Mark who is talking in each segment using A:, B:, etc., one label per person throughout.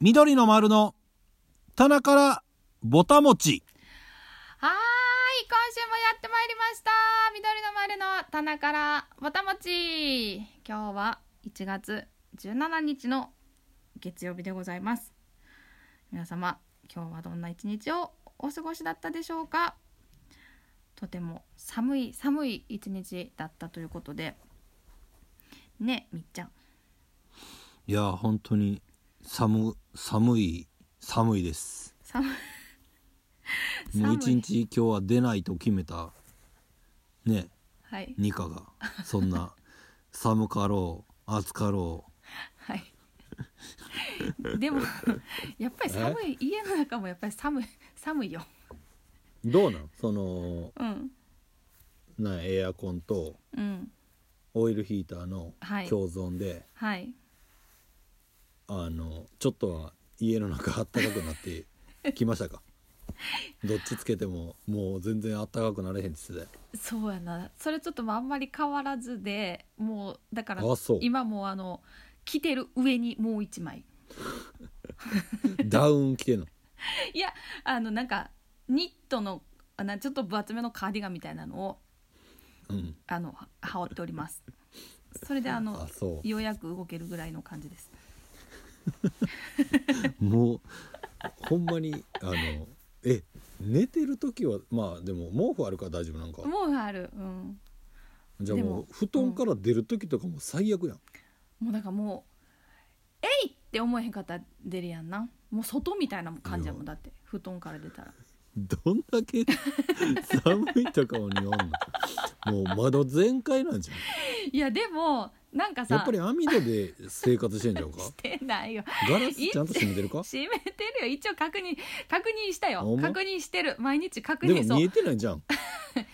A: 緑の丸の棚からぼたもち。
B: はーい、今週もやってまいりました。緑の丸の棚からぼたもち。今日は1月17日の月曜日でございます。皆様、今日はどんな一日をお過ごしだったでしょうか。とても寒い寒い一日だったということで。ね、みっちゃん。
A: いやー、本当に寒、寒い、寒いです。
B: 寒い。
A: もう一
B: 寒い。
A: 日今日は出ないと決めた、ね、
B: はい。
A: ニカが、そんな、 寒かろう、暑かろ
B: はい。 でもやっぱり寒い家の中もやっぱり寒い寒いよ。
A: う。どうなんその、
B: うん
A: な、エアコンと
B: うん
A: オイルヒーターの
B: はい
A: 共存で、
B: はい。
A: あのちょっとは家の中あったかくなってきま したかどっちつけてももう全然あったかくなれへんって言って
B: そうやな。それちょっとあんまり変わらずで、もうだから
A: あそう
B: 今もうあの着てる上にもう一 枚。
A: たよダウン着てんの
B: いやあのなんかニットのあなちょっと分厚めのカーディガンみたいなのを
A: うん
B: あのは羽織っております。それであの
A: あそ
B: ようやく動けるぐらいの感じです。
A: うもうほんまにあのえ寝てる時はまあでも毛布あるから大丈夫なんか
B: もうある。うん。
A: じゃあ
B: で
A: も
B: も
A: う布団から出る時とかも最悪やん、
B: もうなんかもう「えい!」って思えへんかったら出るやんなもう外みたいな感じやも
A: うん
B: だって布団から出たら
A: どんだけ寒いとかをにおんのもう窓全開なんじゃ
B: いやでもなんか
A: ん
B: さ
A: やっぱり網戸で生活してんじゃんか
B: して ないよ
A: ガラスちゃんと閉めてるか
B: 閉めてるよ一応確認確認した
A: ほ
B: よ
A: んま
B: 確認してる毎日確
A: で
B: 認
A: も
B: そ
A: 見
B: う
A: えてないじゃん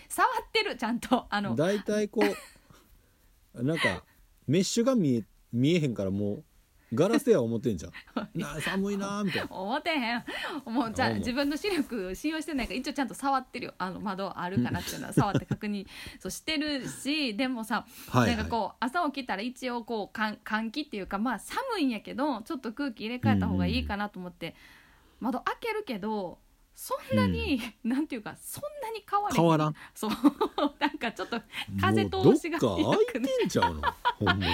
B: 触ってるちゃんとあの
A: 大体こ うなんかメッシュが見え見えへんからもうガラスや思ってん じゃんなあ寒いなあみたいな
B: 思てへんもうじゃ
A: ほ
B: あ
A: んま
B: 自分の視力信用してないから一応ちゃんと触ってるよあの窓あるからっていうのは触って確認そうしてるしでもさ
A: はい、
B: なんかこう朝起きたら一応こうかん換気っていうかまあ寒いんやけどちょっと空気入れ替えた方がいいかなと思って、窓開けるけどそんなに、なんていうかそんなに変わら
A: 変わらん
B: そう なんかちょっと風
A: もう
B: 通しが
A: どっか
B: 良く
A: 開い
B: ない
A: てんちゃうのほんまに
B: い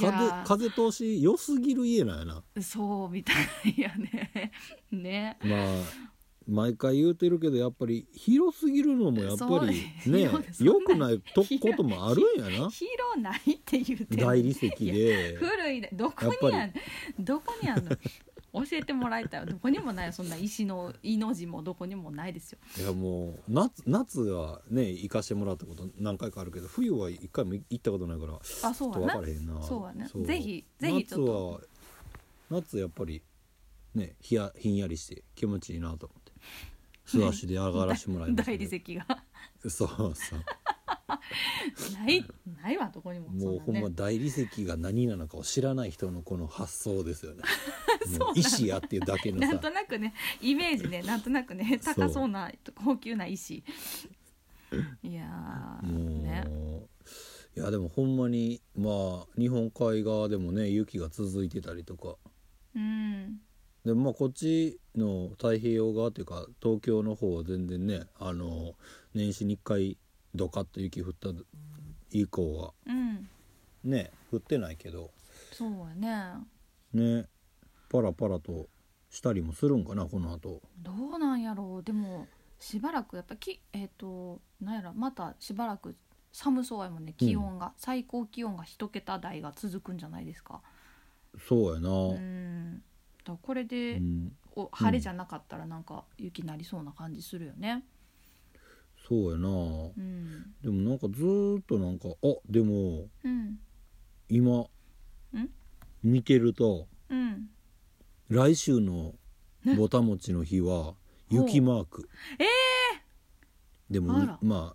B: や
A: 風風通し良すぎる家なんやな
B: ーそうみたいやねね
A: まあ毎回言うてるけどやっぱり広すぎるのもやっぱ
B: そう
A: りね
B: 広いそんな
A: 良くないと
B: 広い
A: こともあるんやな
B: 広 ないって言うてる
A: 大理石で
B: 古いねどこにやんどこにあんの教えてもらいたいわどこにもないよそんな石の「い」の字もどこにもないですよ
A: いやもう夏夏はね行かしてもらったこと何回かあるけど冬は一回も行ったことないから
B: あそう
A: ちょっと分
B: やな
A: からへんな
B: そうやねぜひぜひち
A: 夏
B: ょっと
A: は夏やっぱりねひやひんやりして気持ちいいなと思って素足で上がらしてもらいました け
B: 大理
A: ど、
B: 石が
A: そうそう
B: ないないわどこにも
A: もう
B: そ
A: ほ
B: んなんね
A: ま大理石が何なのかを知らない人のこの発想です よねもう石やっていうだけの
B: な
A: さ
B: んとなくねイメージねなんとなくね
A: そう
B: 高そうな高級な石いやー
A: もう、
B: ね
A: いやでもほんまにまあ日本海側でもね雪が続いてたりとか
B: うん
A: でもまあこっちの太平洋側というか東京の方は全然ねあの年始に1回ドカッと雪降った以降は
B: うん
A: ね降ってないけど
B: そうやね
A: ねパラパラとしたりもするんかなこの後
B: どうなんやろうでもしばらくやっぱきえっ、となんやろまたしばらく寒そうやもんね気温が、最高気温が一桁台が続くんじゃないですか
A: そうやな、
B: う
A: うん
B: んだからこれで、お晴れじゃなかったらなんか雪になりそうな感じするよね。
A: そうやな
B: うん。
A: でもなんかずーっとなんかあでも
B: うん。
A: 今見てると
B: うん。
A: 来週のぼたもちの日は雪マーク
B: え
A: でも
B: あら
A: まあ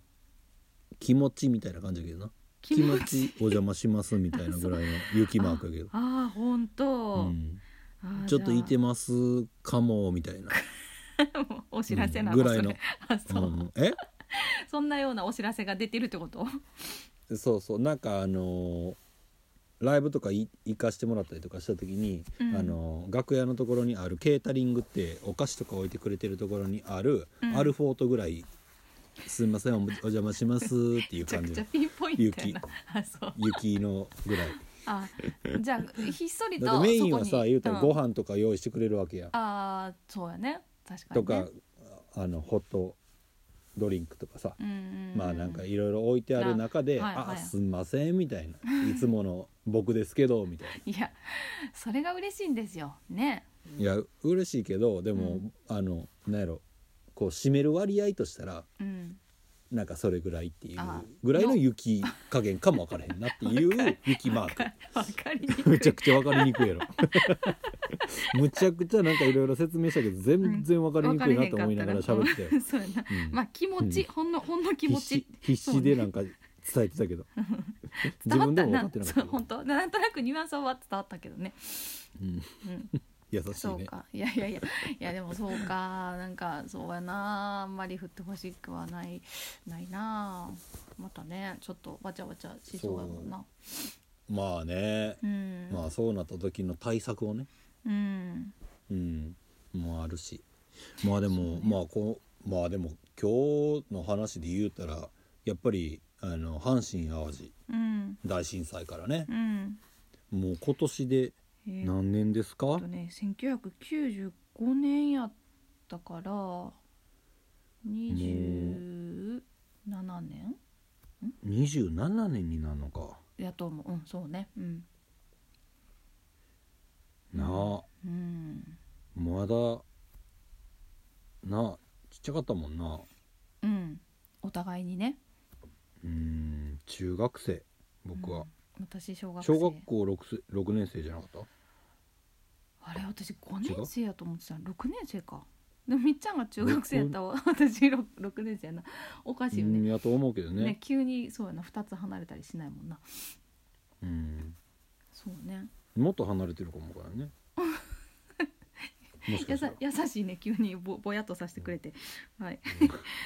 A: 気持ちみたいな感じだけどな気
B: 気
A: 持
B: 持
A: ち
B: ち。
A: お邪魔しますみたいなぐ らいの雪マークやけど、
B: ああ、本
A: う
B: 当。
A: ん、
B: あー
A: ちょっといて
B: じ
A: ますかもみたいな、
B: ゃあお知らせな
A: うん
B: の、
A: ぐらいの
B: それあ、そうう、
A: ん、え
B: そんなようなお知らせが出てるってこと。
A: そうそうなんかあのーライブとかい行かしてもらったりとかした時に、
B: うん
A: あの楽屋のところにあるケータリングってお菓子とか置いてくれてるところにある、
B: うん
A: アルフォートぐらい「すみませんおお邪魔します」っていう
B: めちゃ
A: 感
B: く
A: じ
B: ちゃ
A: の
B: ピンポイントやなあそう
A: 雪のぐらい
B: あじゃあひっそりと
A: だってメインは
B: そこ
A: さ
B: に
A: 言うたら
B: ん
A: ご飯とか用意してくれるわけや、
B: ああそうやね確かに、
A: と
B: ね、
A: かあのホットドリンクとかさ、
B: うんうんうん
A: まあなんかいろいろ置いてある中で「
B: あはいは
A: あ
B: い
A: すんません」みたいな「いつもの僕ですけど」みたいな。
B: いやそれが嬉しいんですよね
A: いや嬉しいけどでも、
B: うん
A: あのなんやろこう占める割合としたら
B: うん
A: なんかそれぐらいっていう
B: あ
A: ぐらいの雪加減かも分からへんなって いう雪マーク
B: わかりにくい
A: めちゃくちゃ分かりにくいや ろむちゃくちゃなんかいろいろ説明したけど全然分かりにくいなと思いながら喋ってたよ、
B: うんそうやな
A: うん
B: まあ気持ち、
A: うん
B: ほんのほんの気持
A: 必
B: ち
A: 死必死でなんか伝えてた けど自
B: 伝わ
A: 分
B: っ
A: で
B: た
A: も分か
B: な
A: ってなかった
B: そう
A: けど
B: 本当なんとなくニュアンスは伝わったけどね、
A: うん
B: うん、
A: 優しい
B: そう
A: ね
B: かいやいやいやいやでもそうかなんかそうやなあんまり振ってほしくはないないなあまたねちょっとわちゃわちゃしそうやもんな
A: まあね、
B: うん、
A: まあそうなった時の対策をね
B: うん
A: うん、もあるしまあでも、まあこうまあでも今日の話で言うたらやっぱりあの阪神・淡路
B: うん
A: 大震災からね
B: う、ん
A: もう今年で
B: えー
A: 何年ですか、
B: えっとね1995年やったから27年
A: ?27 年になるのか
B: やと思ううんそうねうん
A: なあ
B: うん
A: まだなあちっちゃかったもんな
B: うんお互いにね
A: うん中学生僕は、
B: うん私小学生
A: 小学校 6, せ6年生じゃなかった
B: あれ私5
A: 違う
B: 年生やと思ってた6年生かでもみっちゃんが中学生やったわ私 6, 六年生やなおかしいよ
A: う
B: ね
A: んやと思うけど
B: ね
A: ね
B: 急にそうやな2つ離れたりしないもんな
A: うん
B: そうね
A: もっと離れてるかもからね。もしかした
B: やさ
A: ら。
B: 優 しいね急にぼぼやっとさせてくれて、はい、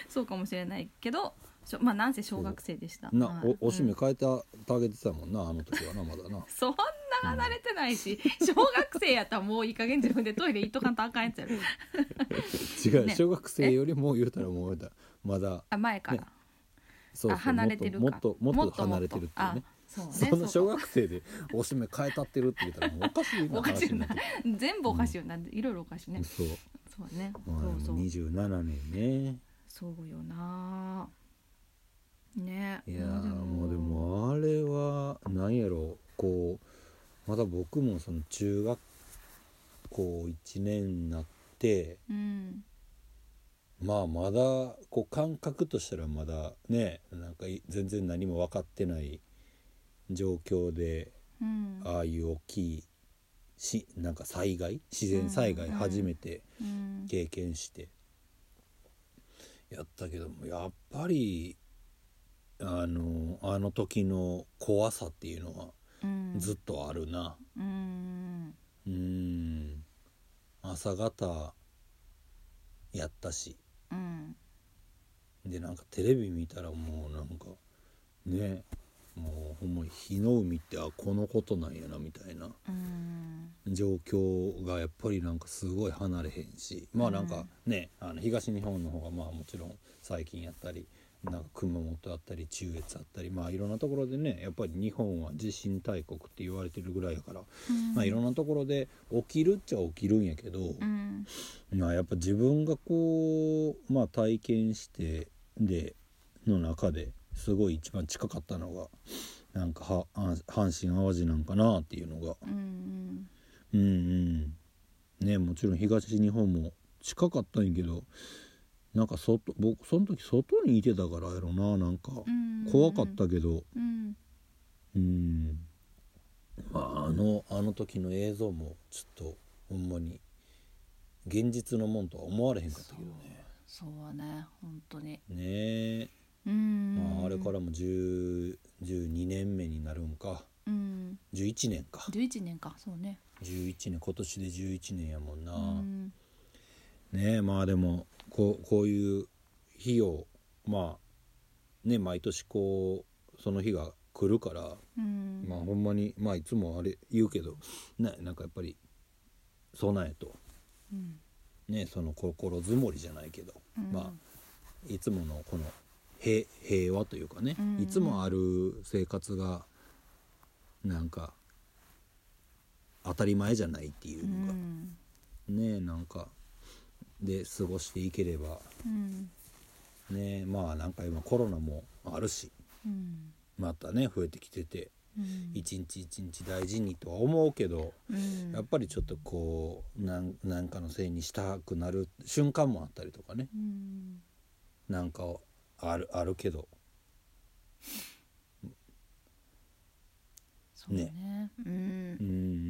B: そうかもしれないけどしょまあなんせ小学生でした
A: な
B: はい、
A: お、おし
B: う
A: め
B: ん。
A: 変えた、ターゲットだもんな、あの時はな、まだな
B: そんな離れてないし、小学生やったらもういい加減自分でトイレ行っとかんとあかんやつやろ
A: 違う、
B: ね
A: 小学生よりも言うたら、もう言うたら、まだ。
B: あ前から、
A: ねそうそう
B: あ離れてるか
A: もっと、もっともっと離れてるっていうね。
B: もっともっとあそうね
A: そんな
B: そう
A: 小
B: か
A: 学生で、おしめ変えたってるって言ったら、もうおかしいな
B: おかし
A: 話
B: い
A: にな
B: な
A: ってく
B: 全部おかしいよな、いろいろおかしいね
A: る。そう、
B: そうね、
A: まあ、で
B: そ
A: も
B: うそう
A: 二十七年ね。
B: そうよなね
A: いやー、もうでも、あれは、なんやろう、こう。また僕も、その中学校一年になって。
B: うん
A: まあまだこう感覚としたらまだねなんかい全然何も分かってない状況で
B: うん
A: ああいう大きいしなんか災害自然災害
B: うんうん
A: 初めて
B: うん
A: 経験してやったけどもやっぱりあのあの時の怖さっていうのは
B: うん
A: ずっとあるな。
B: うん
A: うん朝方やったし
B: うん
A: でなんかテレビ見たらもうなんかねもうほんま火の海ってあこのことなんやなみたいな
B: うん
A: 状況がやっぱりなんかすごい離れへんしまあなんかね、あの東日本の方がまあもちろん最近やったりなんか熊本あったり中越あったりまあいろんなところでねやっぱり日本は地震大国って言われてるぐらいやから、まあいろんなところで起きるっちゃ起きるんやけど。
B: うん
A: まあやっぱ自分がこう、まあ、体験してでの中ですごい一番近かったのがなんかはあ阪神・淡路なんかなっていうのが
B: うん
A: うんうんねもちろん東日本も近かったんやけどなんか外僕その時外にいてたからやろななんか
B: うん
A: 怖かったけど
B: うん
A: うんまああのあの時の映像もちょっとほんまに現実のもんとは思われへんかったけどね。
B: そうはね本当に
A: ねえ、
B: うん
A: まあ、あれからも10 12年目になるんか
B: うん
A: 11年か
B: 11年かそうね
A: 11年今年で11年やもんな、
B: うん
A: ねえまあでもこうこういう日をまあね毎年こうその日が来来るから、
B: うん
A: まあほんまにまあいつもあれ言うけどねなんかやっぱり備えと
B: うん
A: ねその心づもりじゃないけど、
B: うん
A: まあいつものこの平平和というかね、
B: うん
A: いつもある生活がなんか当たり前じゃないっていう
B: う
A: のが、
B: ん
A: ねなんかで過ごしていければ
B: うん
A: ねまあなんか今コロナもあるし
B: うん
A: またね増えてきてて
B: うん
A: 一日一日大事にとは思うけど、
B: うん
A: やっぱりちょっとこうなんなんかのせいにしたくなる瞬間もあったりとかね
B: うん
A: なんかあるあるけど
B: そうねう
A: うん
B: ん
A: う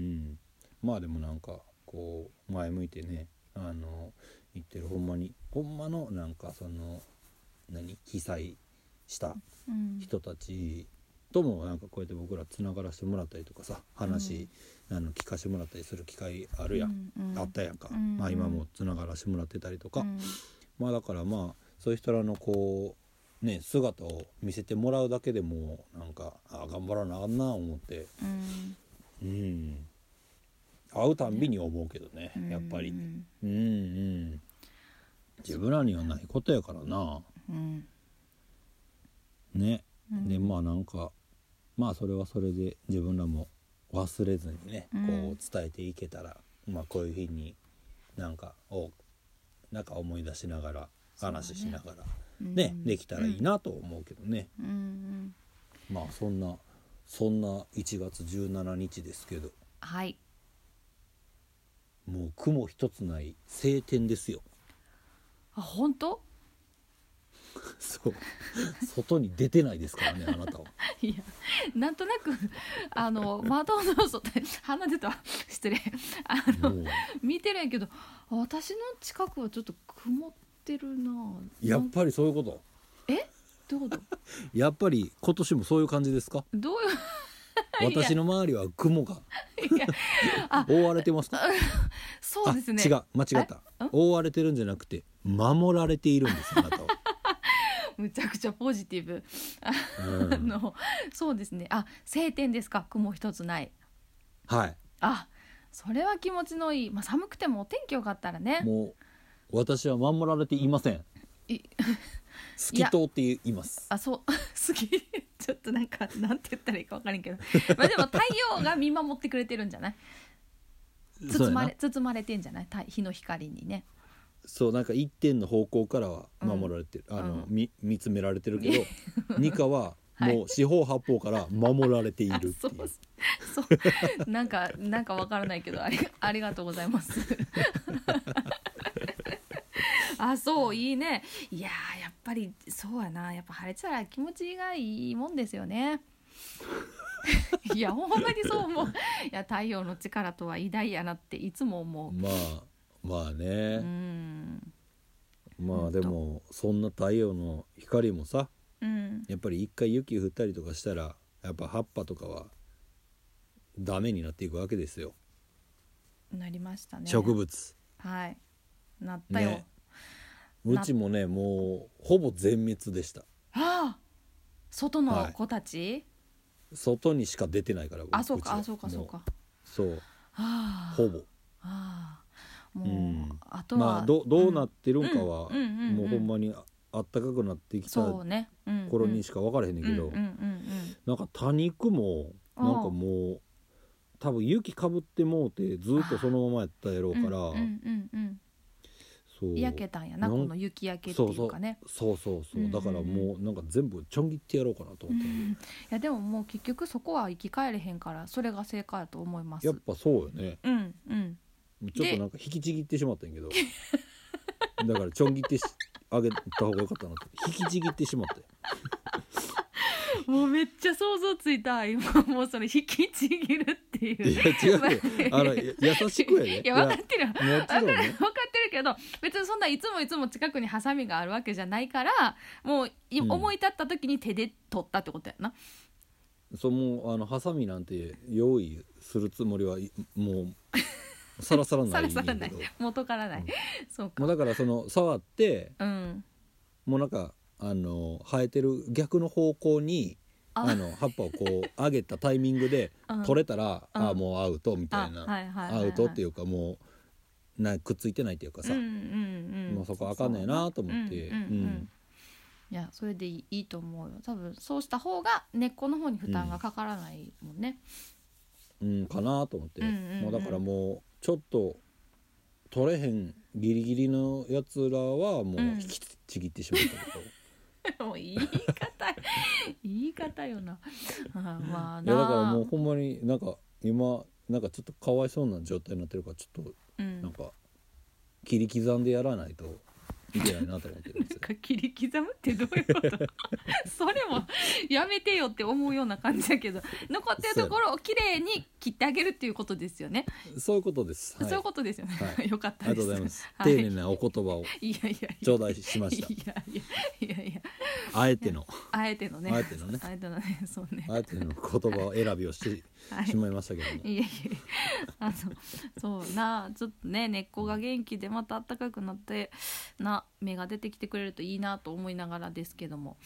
A: んまあでもなんかこう前向いてねあの言ってるほんまにほんまのなんかその何被災した
B: うん
A: 人たちともなんかこうやって僕らつながらせてもらったりとかさ話、あの聞かせてもらったりする機会あるやん、
B: うん
A: あったやんか、
B: うん
A: まあ、今もつながらせてもらってたりとか、
B: うん
A: まあだからまあそういう人らのこうね姿を見せてもらうだけでもなんかあ頑張らなあかんな思って
B: う
A: う
B: ん
A: ん会うたんびに思うけどね、
B: うん
A: やっぱり
B: う
A: うん
B: ん
A: うん自分らにはないことやからな
B: うん
A: ね、
B: うん
A: でまあなんかまあそれはそれで自分らも忘れずにね、
B: うん
A: こう伝えていけたらまあこういう日になんかをなんか思い出しながら話しながら、ね
B: うん
A: できたらいいなと思うけどね、
B: うんうん
A: まあそんなそんな1月17日ですけど
B: はい
A: もう雲一つない晴天ですよ
B: あ本当
A: そう外に出てないですからねあなたは。
B: いやなんとなく あの窓の外鼻出た失礼あの
A: もう
B: 見てるんやけどあ私の近くはちょっと曇ってるな
A: や
B: な
A: っ
B: ん
A: ぱりそういうこと
B: えどういうこと
A: やっぱり今年もそういう感じですか
B: どういういや
A: 私の周りは雲が
B: いやあ
A: 覆われてますか
B: そうですね
A: あ違う間違った
B: えん
A: 覆われてるんじゃなくて守られているんですあなたは、
B: むちゃくちゃポジティブ、
A: う
B: あ
A: ん、
B: のそうですねあ晴天ですか雲一つない
A: は
B: あそれは気持ちのいい、まあ、寒くてもお天気よかったらね
A: いもう私は守られていません
B: い
A: 透き通っています
B: あそう 好きちょっとなんかなんて言ったらいいか分からんけどまあでも太陽が見守ってくれてるんじゃない
A: そう
B: 包
A: や
B: ま
A: な
B: れ包まれてんじゃない太日の光にね
A: そうなんか一点の方向からは守られてる、あの、
B: う
A: み見つめられてるけど 二課は
B: はい
A: もう四方八方から守られているっていう
B: あ そう そうなんかなんかわからないけどありありがとうございますあそういいねいやーやっぱりそうやなやっぱ晴れてたら気持ちがいいもんです よねいやほんまにそう思ういや太陽の力とは偉大やなっていつも思
A: まあまあ
B: うう
A: ね、
B: ん
A: まあでもそんな太陽の光もさ
B: うん
A: やっぱり一回雪降ったりとかしたらやっぱ葉っぱとかはダメになっていくわけですよ、
B: なりましたね
A: 植物
B: はいなったよ、
A: ねう
B: な
A: ちもねもうほぼ全滅でした
B: ああ外の
A: はい
B: 子たち、
A: 外にしか出てないから僕
B: あそう
A: ち
B: か
A: は
B: あそうかそうか
A: もうそう
B: ああ
A: ほぼ
B: ああもう、
A: うん
B: あとは、
A: まあどどうなってるんかは、
B: うんうんうんうん
A: もうほんまにああったかくなってきた
B: そうね、うんうん、
A: 頃にしか分からへんねんけど、
B: うんうんうん
A: なんか多肉も
B: ああ
A: なんかもう多分雪かぶってもうてずっとそのままやったやろう
B: うん
A: から、
B: うんうんうん
A: そう
B: 焼けたんやな
A: なん
B: この雪焼けっていうかね
A: そうそうそうそう、
B: うん
A: だからもうなんか全部ちょん切ってやろうかなと思って、
B: いやでももう結局そこは生き返れへんからそれが正解だと思います
A: やっぱそうよね
B: うん うん
A: ちょっとなんか引きちぎってしまったんやけどだからちょん切ってしあげた方がよかったなと引きちぎってしまって
B: もうめっちゃ想像ついた今もうそれ引きちぎるって
A: い
B: いう
A: や違うよ あのや優しくやね
B: いや分かってるよ
A: いやもちろん
B: 分か
A: ね
B: 分かってるけど別にそんないつもいつも近くにハサミがあるわけじゃないからもうい
A: うん
B: 思い立った時に手で取ったってことやな、
A: そうもうあのハサミなんて用意するつもりはいも うさらさらな
B: さ
A: い
B: ら
A: んや
B: さ
A: けど
B: らない元からない、
A: うん
B: そうか
A: もうだからその触って
B: うん
A: もうなんかあの生えてる逆の方向に
B: あ
A: あの葉っぱをこう上げたタイミングで
B: うん
A: 取れたら、
B: うん
A: ああもうアウトみたい
B: あは
A: な、
B: いはいは
A: ア
B: い
A: ウトっていうかもうなくっついてないっていうかさ、
B: うんうんうん、
A: もうそこあかんねえなと思って
B: そうそううんうんうんいやそれでいいいいと思うよ多分そうした方が根っこの方に負担がかからないもんね、
A: うんかなと思って、
B: うんうんうん
A: もうだからもうちょっと取れへんギリギリのやつらはもう
B: うん
A: 引きちぎってしまったけ ど、
B: もう言い方 言い方よなあまあ
A: いやだから
B: な
A: もうほんまになんか今なんかちょっとかわいそうな状態になってるからちょっと
B: う
A: なん
B: ん
A: か切り刻んでやらないといけないなと思ってるんです
B: なん
A: よ。
B: か切り刻むってどういうこと それもやめてよって思うような感じだけど残ってるところをきれいに切ってあげるっていうことですよね、
A: そういうことです。はい、
B: そういうことですよね、
A: は
B: よかっ
A: あ
B: た
A: りがとう
B: です
A: ございます。
B: は
A: 丁
B: い、
A: 寧なお言葉を
B: いやいやい
A: 頂
B: や
A: 戴しました。
B: いやいやいやいや
A: あえての、
B: あえてのね
A: あえてのね
B: あえてのね そうね
A: あえての言葉を選びをして
B: はい
A: しまいましたけども。
B: いやいやいやあのそうなちょっとね根っこが元気でまた暖かくなってな芽が出てきてくれるといいなと思いながらですけども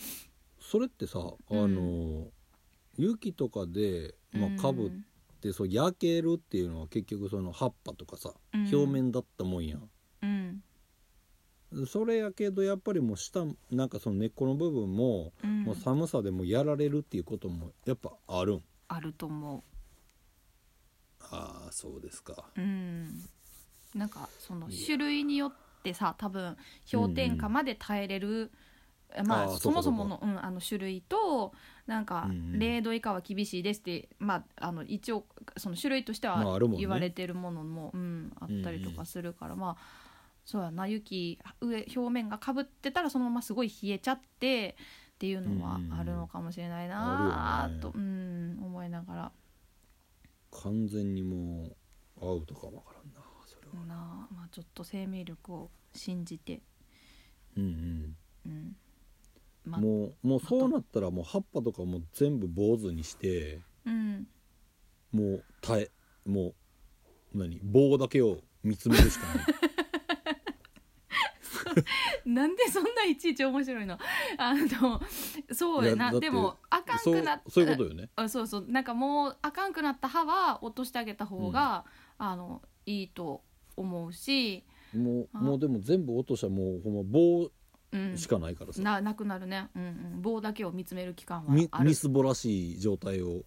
A: それってさ、あの、雪とかで、まあ、株ってそう焼けるっていうのは結局その葉っぱとかさ、
B: うん
A: 表面だったもんやん。
B: うん
A: それやけどやっぱりもう下なんかその根っこの部分も,、
B: うん
A: もう寒さでもやられるっていうこともやっぱあるん
B: あると思
A: ああそうですか
B: ううんなんかその
A: いや
B: 種類によってさ多分氷点下まで耐えれる、ま
A: あ
B: あ
A: ー
B: そもそもの,、うん、あの種類となんか
A: うんうん
B: 0度以下は厳しいですって、まあ、あの一応その種類としては
A: まああるもんね
B: 言われてるものも、うん、あったりと
A: うんう
B: か
A: ん
B: するから、まあそうやな雪上表面がかぶってたらそのまますごい冷えちゃってっていうのはあるのかもしれないなあと、うん思いながら。
A: 完全にもう合うとかわからんなそれは
B: なあまあ、ちょっと生命力を信じて、
A: うん
B: うん、
A: う
B: ま
A: んもうもうそうなったらもう葉っぱとかも全部坊主にして
B: うん、
A: もう耐えもう何棒だけを見つめるしかない
B: なんでそんないちいち面白いの あのそうや
A: いや
B: な
A: だって
B: でもあ かん
A: そう
B: くなった
A: そういうことよね
B: あそうそうなんかもうあかんくなった歯は落としてあげた方が、あのいいと思うし、
A: もう
B: あ
A: もうでも全部落としたらもうほんま棒
B: うん、
A: しかないからさ、
B: ななくなるね、うんうん、棒だけを見つめる期間は
A: み
B: ある
A: みすぼらしい状態を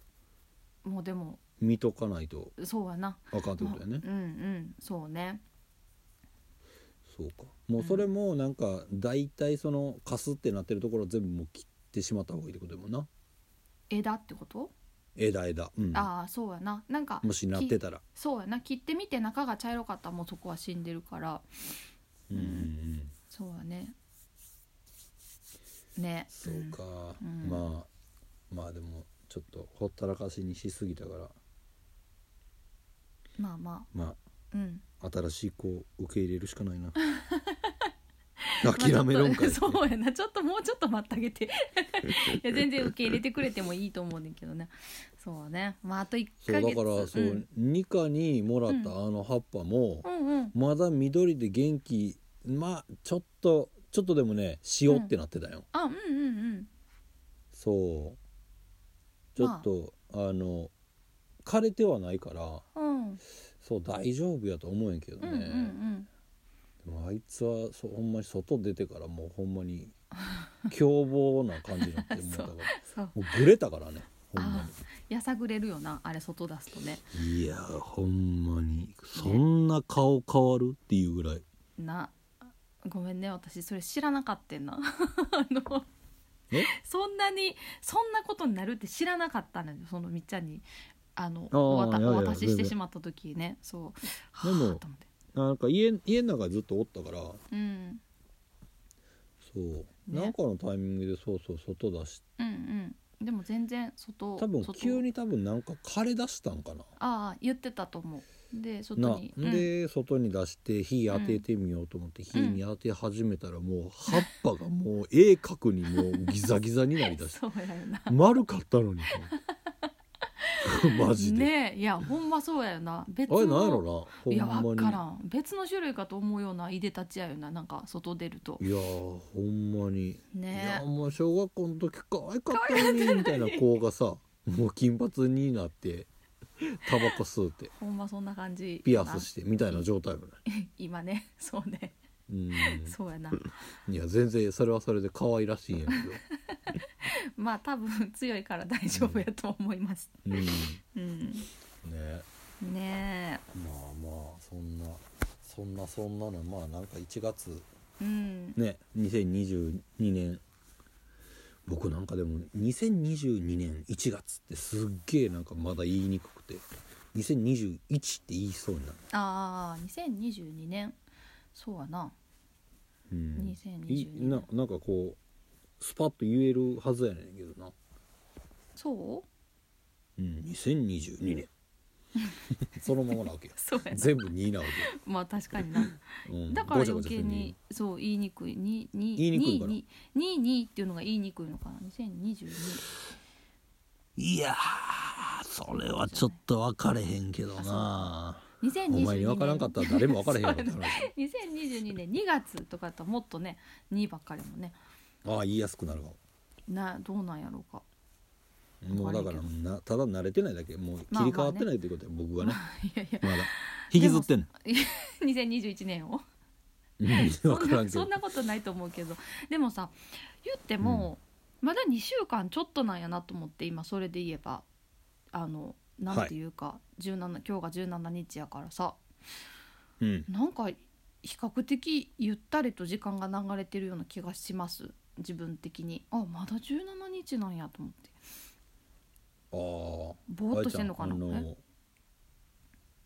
B: もうでも
A: 見とかないと
B: そうやな
A: あかんってことだよね、
B: うんうんそうね
A: そうかもうそれもなんか大体そのかすってなってるところは全部もう切ってしまった方がいいってことだもんな
B: 枝ってこと、
A: 枝枝うん
B: ああそうやななんか
A: もしなって
B: き
A: たら
B: そうやな切ってみて中が茶色かったらもうそこは死んでるから
A: うんうんうん
B: そうやねね
A: そうか、
B: うん
A: まあまあでもちょっとほったらかしにしすぎたから
B: うんまあま
A: ま
B: あうん
A: あ新しい子を受け入れるしかない な諦めろんか
B: まあ
A: い
B: ちょっと そうやなちょっともうちょっと待ってあげて いや全然受け入れてくれてもいいと思うねんけどねそうねまああと1
A: そうだ
B: ヶ月
A: からそう、
B: うん、
A: ニカにもらったあの葉っぱも、
B: うんうん
A: まだ緑で元気まあちょっとちょっとでもね塩ってなってたよ、
B: あうんうんうん
A: そうちょっと、あ、の枯れてはないから
B: うん
A: そう大丈夫やと思うんやけど
B: う
A: ね、
B: んうんうん
A: でもあいつはそうほんまに外出てからもうほんま に凶暴な感じになってもうだからも
B: そう
A: うグレたからねほんま
B: あやさぐれるよなあれ外出すとね
A: にいやーほんまにそんな顔変わるっていうぐらい
B: なごめんね私それ知らなかったんな あの
A: え
B: そんなにそんなことになるって知らなかったのよそのみっちゃんにあの
A: あー
B: お渡
A: いやいや
B: お渡し
A: 全
B: して
A: 然
B: しまった時ねそう
A: でも
B: はあと思って
A: なんか家家の中ずっとおったから
B: うん
A: そう、
B: ね
A: なんかのタイミングでそうそう外出し
B: うんうんでも全然外
A: 多分
B: 外
A: 急に多分なんか枯れ出したんかな
B: ああ言ってたと思うで
A: な
B: 外にうん、
A: で、外に出して火当ててみようと思って、火に当て始めたらもう葉っぱがもう鋭 角にもうギザギザになりだし
B: そうやよな
A: て丸かったのに マジで、
B: ねえいやほんまそうやよな別
A: あれなんや
B: の
A: ろなほんまに
B: いやわからん別の種類かと思うようないでたちやよななんか外出ると
A: いやーほんまに、い
B: ね
A: やもう小学校の時可愛かったのにみたいな子がさもう金髪になってタバコ吸うて
B: ほんまそんな感じ
A: ピアスしてみたいな状態よね
B: 今ね そうね
A: う
B: そうやなん
A: いや全然それはそれで可愛らしいんやけ
B: まあ多分強いから大丈夫やと思います
A: ど、うん、ね
B: うんね
A: まあまあそんなそんなそんなのまあなんか1月
B: えうん
A: ね2022年僕なんかでも2022年1月ってすっげえなんかまだ言いにくくて2021って言いそうになる、
B: ああ2022年そうやな
A: うん、い
B: 2022
A: ななんかこうスパッと言えるはずやねんけどな、
B: そう
A: うん、2022年 そのままなわけよ
B: そうやな
A: 全部2なわ
B: まあ確かにな
A: けよ、うん、
B: だから
A: ごちゃご
B: 余
A: ちゃせ
B: 計
A: ん
B: にそう言いにくいにに
A: 言いにくいから
B: にににっていうのが言いにくいのかな2022
A: いやーそれはちょっと分かれへんけどなお前に分からんかったら誰も分かれへん かったら
B: 2022年2月とかだともっとね2ばっかりもね
A: ああ言いやすくなるわ
B: などうなんやろうか
A: もうだからなただ慣れてないだけもう切り替わってないということで僕はね
B: いやいや
A: まだ引きずってんの
B: 2021年を
A: うん
B: そ
A: 分
B: ん
A: からん
B: な
A: けど
B: そんなことないと思うけどでもさ言っても、まだ2週間ちょっとなんやなと思って今それで言えばあのなんていうか、17今日が17日やからさ
A: うん
B: なんか比較的ゆったりと時間が流れてるような気がします自分的にあまだ17日なんやと思って
A: ああ
B: ぼーっとしてんのかな
A: あ
B: え
A: の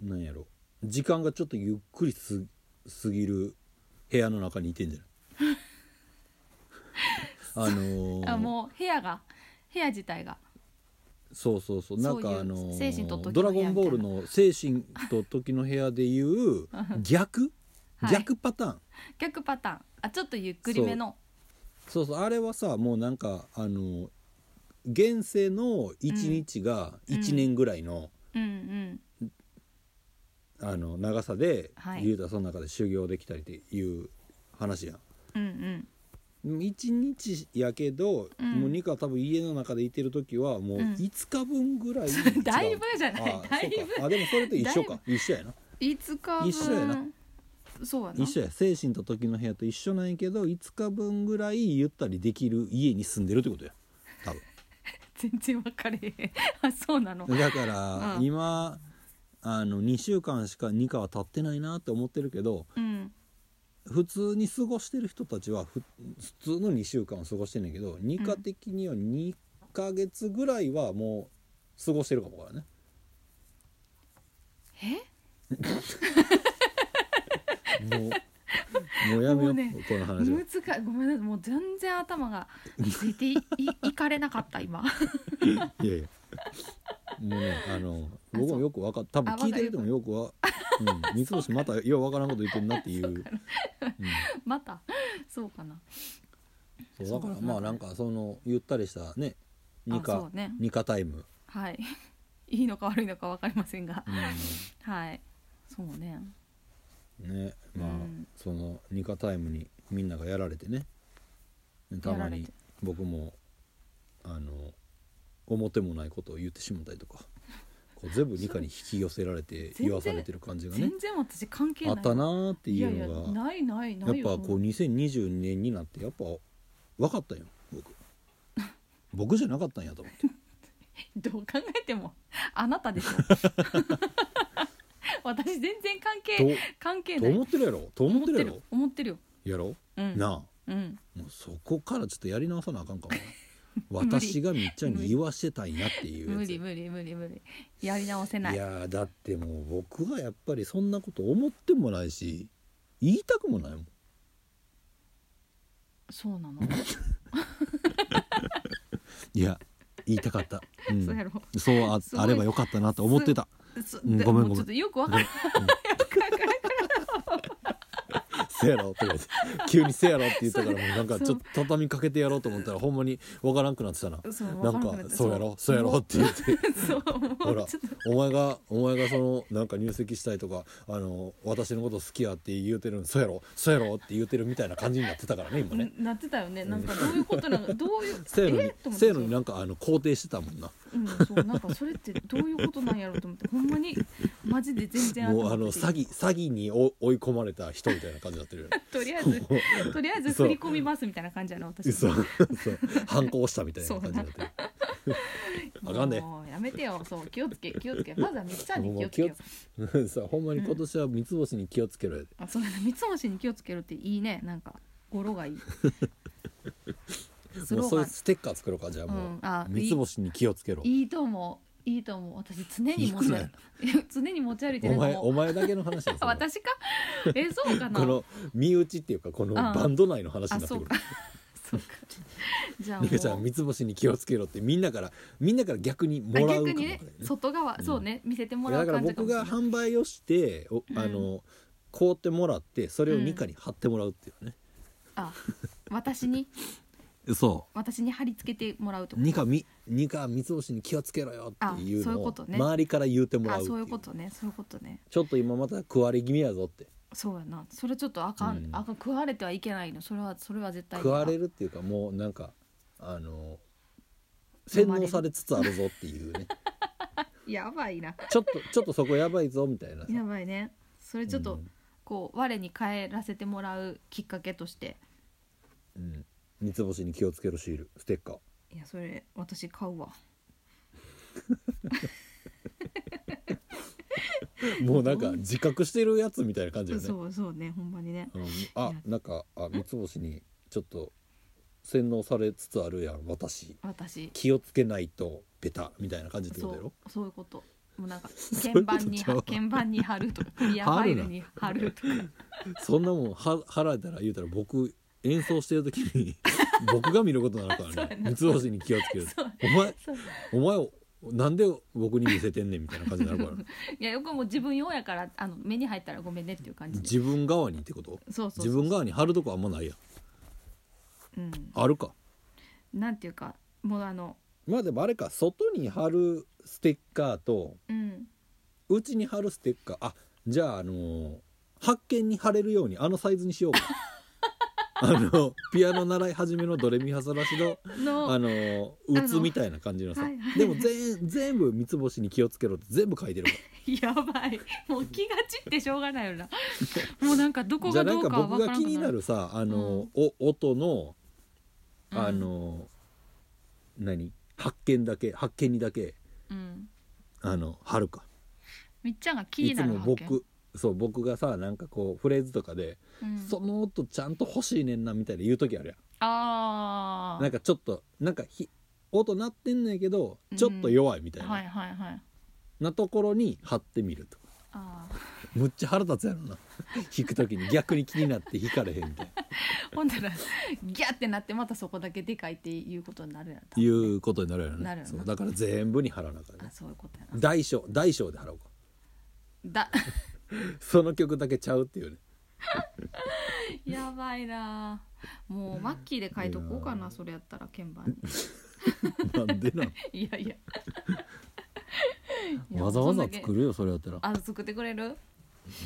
A: なんやろ時間がちょっとゆっくりす過ぎる部屋の中にいてんじ ゃないあのー
B: あもう部屋が部屋自体が
A: そうそうそうなん
B: そうい
A: か
B: う
A: あのー
B: 精神と時
A: ド
B: の
A: ラ
B: 部
A: ゴ
B: 屋
A: ン
B: みた
A: ボ
B: いな
A: ールの精神と時の部屋でいう 逆
B: はい
A: 逆パターン、
B: 逆パターンあちょっとゆっくりめの
A: そうそうあれはさもうなんかあの現世の一日が
B: うん
A: 1年ぐらいの,、
B: うんうん
A: あの長さで、
B: はい
A: 言うたらその中で修行できたりっていう話やん。
B: うんうん
A: 1日やけど、
B: うん
A: もうニカは多分家の中でいてる時はもう
B: うん
A: 5日分ぐらい違う
B: だいぶじゃない
A: あ
B: だいぶ
A: そうかあでもそれと一緒か一緒やない
B: つか分
A: 一緒やな
B: そうやな
A: 一緒や精神と時の部屋と一緒なんやけど5日分ぐらいゆったりできる家に住んでるってことや多分
B: 全然分かれへんあそうなの
A: だから、
B: うん
A: 今あの2週間しか2課は経ってないなって思ってるけど
B: うん
A: 普通に過ごしてる人たちはふ普通の2週間を過ごしてんねんけど2課的には2ヶ月ぐらいはもう過ごしてるかもからね。
B: え
A: もう もうやめよ
B: も
A: う
B: うね
A: この話は
B: 難。かごめんなさいもう全然頭がついていいいかれなかった今
A: いやいや。もうねあの
B: あ
A: 僕
B: そう
A: もよくわかっ多分
B: あ
A: 聞いてる人もよくわ、うん、三越またようわからんこと言ってんなって いう。うん
B: またそうかな
A: そう
B: そう
A: だから
B: なんか
A: まあなんかそのゆったりしたね
B: あ
A: ニ
B: そ
A: カ
B: うね
A: ニカタイム、
B: はいいいのか悪いのか分かりませんが
A: う
B: はいそうね
A: ん、ねまあ、
B: うん
A: そのニカタイムにみんながやられてねた
B: や
A: ま
B: られ
A: に
B: て
A: 僕もあの表もないことを言ってしまったりとかこう全部ニカに引き寄せられて
B: 全然
A: 言わされてる感じがね
B: 全然私関係
A: あ
B: ない
A: ったなーって
B: い
A: い
B: やいや
A: うのが
B: ないないない
A: やっぱこう
B: う
A: 2022年になってやっぱ分かったよ僕 僕じゃなかったんやと思って
B: どう考えてもあなた でしょ私全然関係関係
A: と
B: な
A: と
B: い
A: 思ってるやろと思ってるやろ
B: 思ってるよ
A: やろ
B: うん
A: なあ
B: うん
A: もうそこからちょっとやり直さなあかんかもな
B: 無理
A: 私がみっちゃんに言わしてたんやっていう
B: 無
A: やつ
B: 理
A: い
B: 無理無理無理やり直せない
A: やーだってもう僕はやっぱりそんなこと思ってもないし言いたくもないもん
B: そうなの、
A: いや言いたかった、うん
B: そうやろ
A: そうあ
B: すごい
A: あればよかったなと思ってた
B: そ
A: うん
B: で
A: ごめん
B: もう
A: ごめん
B: ちょっとよくわからん
A: すせやろって言われて急にせやろって言ったからもうなんかちょっと畳みかけてやろうと思ったらほんまにわからんくなってたな。
B: そう
A: な
B: わら
A: ん
B: くなっ
A: か
B: て
A: そうやろそうやろって 言って
B: そう
A: ほ
B: も
A: ら
B: うちょっと
A: お前がお前がそのなんか入籍したいとかあの私のこと好きやって言うてるのそうやろそうやろって言うてるみたいな感じになってたからね今ね。
B: なってたよねなんかどういうこと なのどういう
A: せやのに
B: えと思っ
A: せ
B: て
A: やのになんかあの肯定してたもんな。
B: うん、そうなんかそれってどういうことなんやろうと思ってほんまにマジで全然
A: もうあの
B: 頭
A: 詐
B: 打てて
A: 欺詐欺にお追い込まれた人みたいな感じになってる よね。
B: とりあえずとりあえず振り込みますみたいな感じやな私
A: 嘘そう反抗したみたいな感じにな ってる。 あかんで
B: もうやめてよそう気をつけ気をつけまずはみっちゃんに気
A: も
B: を
A: う
B: つけ
A: 気を
B: よう
A: つ さほんまに今年は三つ星に気をつけろやで。
B: あそうだね三つ星に気をつけるっていいねなんか語 呂がいいスロ
A: もう
B: ー
A: そう
B: ガ
A: いう
B: ン
A: ステッカー作ろうかじゃあも
B: うんあ
A: う三つ星に気をつけろ。
B: いいと思ういいと思う私常に持ち歩い
A: い
B: いや 常に持ち歩いて
A: お
B: る
A: 前
B: も
A: お前だけの話なんですよ。
B: 私かえそうかな
A: この身内っていうかこのバンド内の話
B: あ
A: になって
B: そ
A: く
B: う
A: る
B: かそうかじゃあ
A: リカちゃん
B: もう
A: 三つ星に気をつけろってみんなからみんなから逆にも
B: あ
A: らうかもわ
B: 逆
A: か
B: に
A: らない
B: ね外側、
A: うん
B: そうね見せても
A: いや
B: ら
A: だ
B: う
A: から
B: 感じか
A: 僕
B: もしれ
A: が
B: ない
A: 販売をしておあの、凍ってもらってそれを二課に貼ってもらうっていうね、
B: あ私に
A: そ
B: 私に貼り付けてもらうと
A: う二課み二課三つ星に気をつけろよっていう
B: あそうい
A: の
B: うこ
A: を
B: とね
A: 周りから言うてもら
B: あ
A: うって
B: そう
A: い
B: いううことねそういうことね
A: ちょっと今また食われ気味やぞって
B: そうやなそれちょっとあかん、
A: うん
B: あかん食われてはいけないのそれはそれは絶対
A: 食われ
B: る
A: るっていうかもうなんかあの洗脳されつつあるぞっていうね
B: やばいな
A: ちょっとちょっとそこやばいぞみたいなさ
B: やばいねそれちょっと、
A: うん
B: こう我に返らせてもらうきっかけとして
A: うん、三つ星に気をつけるシールステッカー
B: いやそれ私買うわ
A: もうなんか自覚してるやつみたいな感じよね。
B: そうそうねほんまにね
A: うんあなんかあ三つ星にちょっと洗脳されつつあるやん私
B: 私
A: 気をつけないとベタみたいな感じってこ
B: そ
A: とやろ
B: うそういうこともうなんか
A: うい
B: 鍵
A: うこと
B: 盤に
A: ちゃうわ
B: 鍵盤に貼るとかクリアファイルに貼るとか
A: そんなもんは払えたら言うたら僕演奏してる時 に僕が見ることになるからね三つ星に気をつ ける
B: そう
A: お前
B: そう
A: お前をなんで僕に見せてんねんみたいな感じになるからね
B: いやよくもう自分用やからあの目に入ったらごめんねっていう感じで
A: 自分側にってこと
B: そうそう
A: 自分側に貼るとこあんまないやん
B: うん、
A: あるか
B: なんていうかもうあの
A: まあでもあれか外に貼るステッカーと
B: うん
A: うちに貼るステッカーあじゃああのー発見に貼れるようにあのサイズにしよう かあのピアノ習い始めのドレミファソラシドあ
B: の
A: のー打つみたいな感じのさ、
B: はいはい
A: でも全全部三つ星に気をつけろって全部書いてるか
B: やばいもう気が散ってしょうがないよ なもうなんかどこ
A: らじゃ
B: が
A: あなん
B: どう
A: か
B: かは
A: 僕
B: 分か
A: が気
B: らんく
A: に
B: な
A: な
B: る
A: るさあのー、お音のあのー、何発見だけ発見にだけ
B: うん、うん
A: あの貼るか
B: みっちゃんが気になる
A: いつも
B: 発見
A: 僕そう僕がさなんかこうフレーズとかで、
B: うん、
A: その音ちゃんと欲しいねんなみたいな言う時あるやん
B: あ
A: なんかちょっとなんかひ音鳴ってんねんけど
B: うん
A: ちょっと弱いみたい
B: あ
A: な、
B: はいはいはい
A: なところに貼ってみると
B: あ
A: むっちゃ腹立つやろな 弾く時に逆に気になって弾かれへんみたいな
B: ーほんならギャってなってまたそこだけでかいっていうことになるやろ多分
A: いうことになるよ
B: なる
A: ね
B: よな
A: そうだから全部に貼らなあかん
B: あ
A: ね
B: そういうことやな
A: 大小大小で貼ろうか
B: だ
A: その曲だけちゃうっていうね
B: やばいなもうマッキーで書いとこうかなそれやったら鍵 盤
A: なんでな
B: にいやいや いや
A: わざわざ
B: そんだけ
A: 作るよそれやったら
B: あ作ってくれる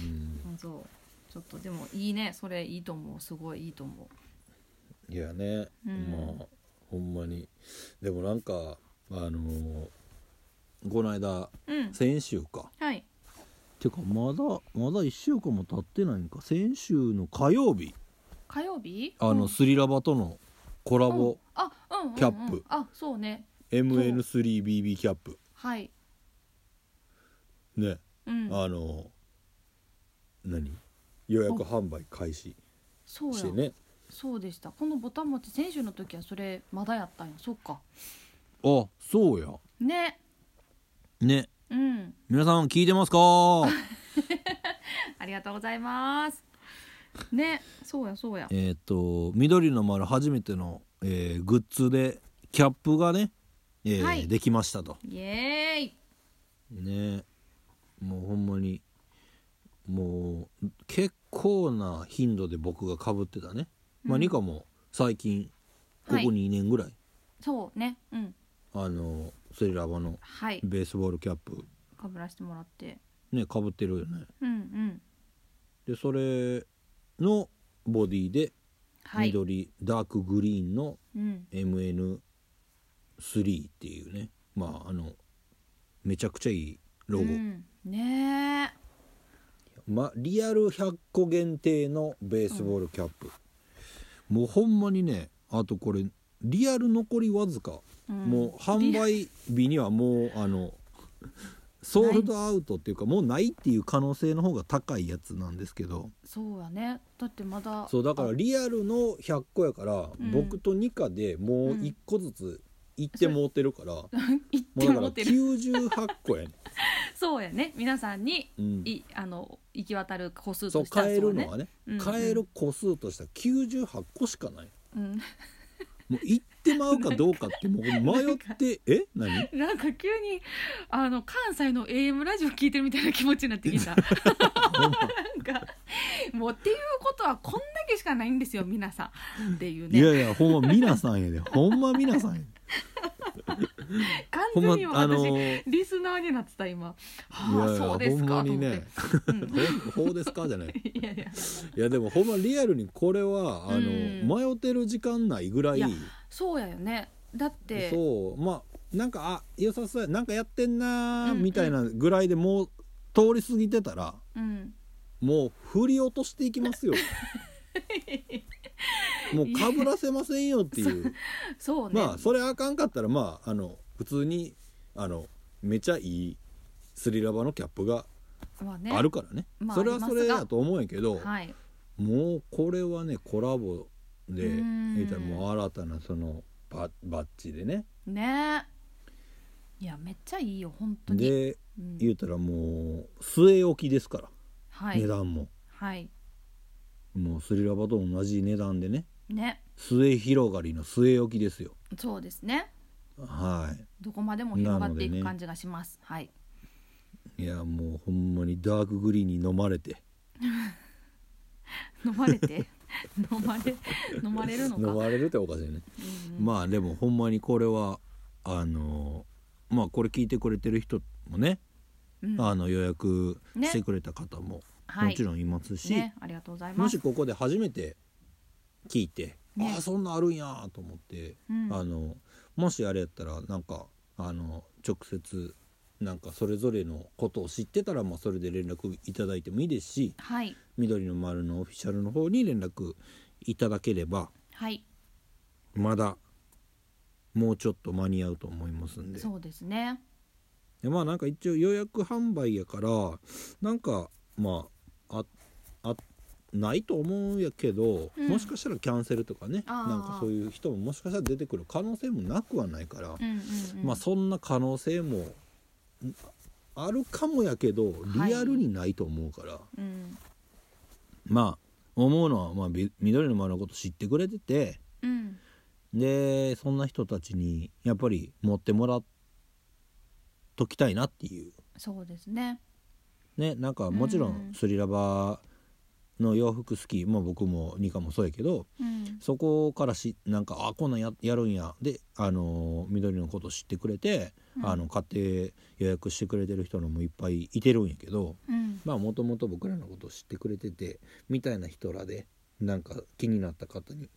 A: うん
B: うんそうちょっとでもいいねそれいいと思うすごいいいと思
A: いやね、
B: うん
A: まあほんまにでもなんかあのーこの間
B: ううん
A: 先週か
B: はい
A: てかまだまだ1週間も経ってないんか先週の火曜日
B: 火曜日
A: あの、
B: うん
A: スリラバとのコラ
B: うん
A: ボ、
B: あうんうんうん
A: キャップ
B: あそうね
A: MN3BB キャップ
B: はい
A: ね、
B: うん
A: あのー何予約販売開始
B: そう
A: し
B: や
A: てね
B: そうでしたこのボタン持ち選手の時はそれまだやったんやそっか
A: あそうや
B: ね
A: ね
B: うん
A: 皆さん聞いてますか
B: ありがとうございますねそうやそうや
A: えっと緑の丸初めての、えーグッズでキャップがね、えー
B: はい
A: できましたと
B: イエーイ
A: ねもうほんまにもう結構な頻度で僕がかぶってたね、まあ
B: うん
A: ニカも最近ここ
B: はい
A: 2年ぐらい、
B: そうねうん
A: あのスリラバの
B: はい
A: ベースボールキャップ
B: かぶらせてもらって
A: ねかぶってるよね
B: うんうん
A: でそれのボディで
B: はい、
A: 緑、ダークグリーンの
B: うん、
A: MN3 っていうねまああのめちゃくちゃいいロゴ、
B: うん、ね
A: ま、リアル100個限定のベースボールキャップ、もうほんまにねあとこれリアル残りわずか、
B: え、ん
A: もう販
B: リア
A: 売日にはもうあのソールドアウトっていうかもうないっていう可能性の方が高いやつなんですけど
B: そうやねだってまだ
A: そうだから
B: あ
A: リアルの100個やから、
B: うん
A: 僕とニカでもう1個ずつ行ってもうてるから、も
B: 言っ
A: うだ
B: て
A: から
B: もってる
A: 98個やね、
B: そうやね皆さんに
A: うん、
B: いあの行き渡る個数
A: そ
B: と
A: う
B: しては
A: 買えるのはね
B: そうね
A: 買える個数としては98個しかない
B: うんうん
A: もう行ってまうかどうかってもう迷ってえ 何
B: うん、なんか急にあの関西の AM ラジオ聞いてるみたいな気持ちになって きたなんかもうっていうことはこんだけしかないんですよ皆さんっていう
A: い
B: ね
A: やいやほんま皆さんやでほんま皆 さんやで
B: 完
A: ほん
B: 全
A: ま
B: にもう
A: あの
B: 私
A: ー
B: リスナーになってた今
A: い
B: はあ
A: や
B: そう
A: い
B: で
A: やほ
B: す
A: んま
B: か
A: に
B: と思って
A: ね
B: うん
A: 「 ほうですか?」じゃない
B: いやいや
A: いやでもほんまリアルにこれはあの、
B: うん
A: 迷ってる時間ないぐらい
B: いやそうやよねだって
A: そうまあなんかあ良さそうやなんかやってんなー
B: うんうん
A: みたいなぐらいでもう通り過ぎてたら
B: うん
A: もう振り落としていき ますよもうかぶらせませんよっていう。
B: そうね、
A: まあそれあかんかったらまああの普通にあのめちゃいいスリラバのキャップが
B: まあね
A: あるからね
B: まあ
A: それはそ
B: あ
A: れ
B: りますが
A: やと思うんやけど、
B: はい
A: もうこれはねコラボで
B: うーん
A: 言ったらもう新たなそのババッジでね
B: ねいやめっちゃいいよ本当に、
A: で
B: うん
A: 言うたらもう据え置きですから、
B: はい
A: 値段も
B: はい
A: もうスリラバと同じ値段でね
B: ね
A: 末広がりの据え置きですよ
B: そうですね
A: はい
B: どこまでも広がって
A: な
B: い
A: ので
B: く
A: ね
B: 感じがします、はい
A: いやもうほんまにダークグリーンに飲まれて
B: 飲まれて 飲まれ飲まれるのか
A: 飲まれるっておかしいね
B: うん
A: まあでもほんまにこれはあのまあこれ聞いてくれてる人もね、
B: うん
A: あの予約
B: ね
A: してくれた方も
B: はい
A: もちろんいますし、
B: ねありがとうございま
A: も
B: す
A: しここで初めて聞いて、
B: ね
A: ああそんなんあるんやと思って、
B: うん
A: あのもしあれやったらなんかあの直接なんかそれぞれのことを知ってたら、まあ、それで連絡いただいてもいいですし
B: はい
A: 緑の丸のオフィシャルの方に連絡いただければ
B: はい
A: まだもうちょっと間に合うと思いますんで
B: そうですね
A: でまあなんか一応予約販売やからなんかまあああないと思うんやけど、
B: うん
A: もしかしたらキャンセルとかね
B: あー
A: なんかそういう人ももしかしたら出てくる可能性もなくはないから、
B: うんうん、うん、
A: まあそんな可能性もんあるかもやけど
B: はい
A: リアルにないと思うから、
B: うん
A: まあ思うのは、まあ、び緑の丸のこと知ってくれてて、
B: うん
A: でそんな人たちにやっぱり持ってもらっときたいなっていう
B: そうですね
A: ねなんかもちろ
B: うん
A: んスリラバの洋服好き、まあ、僕もニカもそうやけど
B: うん
A: そこからしなんかあこんなんややるんやであのー緑のこと知ってくれて、
B: うん
A: あの買って予約してくれてる人のもいっぱいいてるんやけど
B: うん
A: まあもともと僕らのことを知ってくれててみたいな人らでなんか気になった方に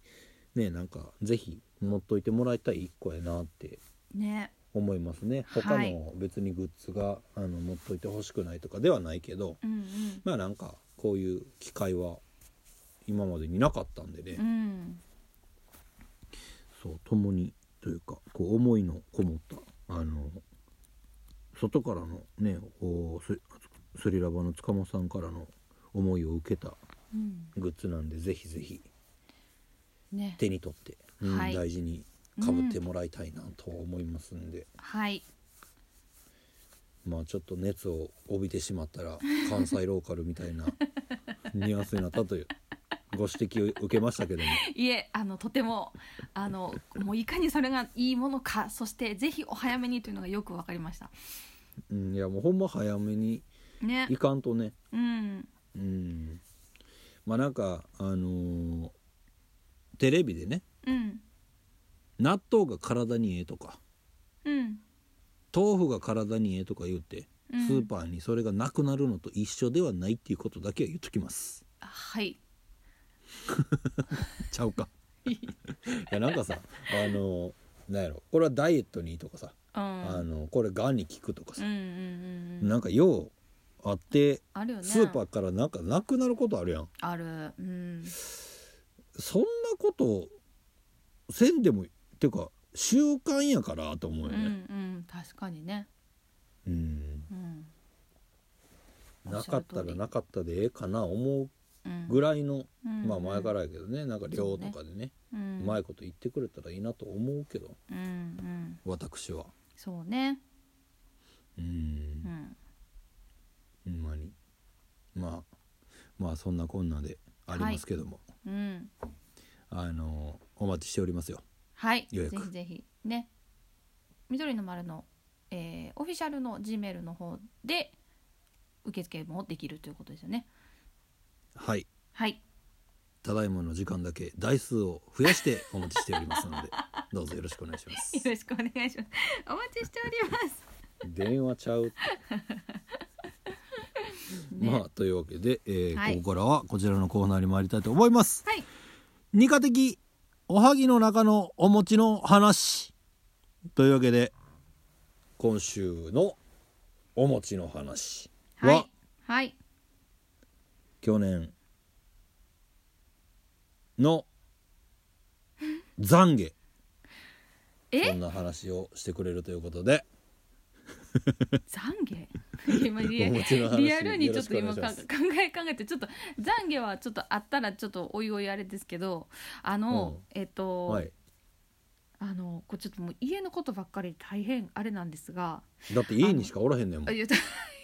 A: ねなんかぜひ持っといてもらいたい一個やなって
B: ね
A: 思いますね他
B: はい
A: の別にグッズが、あの持っといてほしくないとかではないけど
B: うんうん
A: まあなんかこういう機会は今までになかったんでね、
B: うん
A: そう共にというかこう思いのこもったあの外からのねこうススリラバの塚本さんからの思いを受けた
B: うん
A: グッズなんでぜひぜひ
B: ね
A: 手に取って、うん
B: はい
A: 大事にかぶってもらいたいなとは思いますんで、
B: はい
A: まあちょっと熱を帯びてしまったら関西ローカルみたいなニュアンスになったというご指摘を受けましたけども
B: いえあのとてもあのもういかにそれがいいものかそしてぜひお早めにというのがよくわかりました、
A: うんいやもうほんま早めに
B: ね
A: いかんとね
B: うん
A: うんまあなんかあのーテレビでね
B: うん
A: 納豆が体にええとか
B: うん
A: 豆腐が体にええとか言うて、
B: うん
A: スーパーにそれがなくなるのと一緒ではないっていうことだけは言っときます
B: はい
A: ちゃうかいやなんかさあのーなんやろこれはダイエットにいいとかさ、
B: うん
A: あのこれがんに効くとか
B: う
A: さ
B: んう、んうんうん
A: なんかようあって
B: あるよね
A: スーパーからなんかなくなることあるやん
B: あるうん
A: そんなことせんでもっていうか習慣やからと思う
B: う
A: んよ
B: う
A: ね、
B: ん確かにね
A: うん
B: うん
A: なかったらなかったでええかな思
B: うん
A: うぐらいの、
B: うん
A: まあ前からやけどねなんか量とかでね
B: うん
A: うまいこと言ってくれたらいいなと思うけど
B: うんうん
A: 私は
B: そうね
A: う
B: うんん
A: ほんまにまあまあそんなこんなでありますけども、
B: うん
A: あのお待ちしておりますよ
B: はい
A: 予
B: ぜ
A: 約
B: ひぜひね緑の丸の、えーオフィシャルの G メールの方で受付もできるということですよね
A: はい
B: はい
A: ただいまの時間だけ台数を増やしてお待ちしておりますので どうぞよろしくお願いしま
B: よ
A: す
B: ろしくお願いしますお待ちしており ます
A: 電話ちゃうって、
B: ね
A: まあというわけで、えー
B: はい
A: ここからはこちらのコーナーに参りたいと思います
B: はい
A: 二課的おはぎの中のお餅の話というわけで今週のお餅の話は、
B: はいはい
A: 去年の 懺悔そ
B: え
A: んな話をしてくれるということで
B: 懺悔 今リア
A: お餅の話
B: リアルにちょっと
A: よろ
B: 今
A: しくお
B: か
A: 願い
B: 考
A: し
B: え考えてちょっと懺悔はちょっとあったらちょっとおいおいあれですけどあの、えっと、
A: はい
B: あのこれちょっともう家のことばっかり大変あれなんですが
A: だって家にしかおらへんねんもん
B: あいやい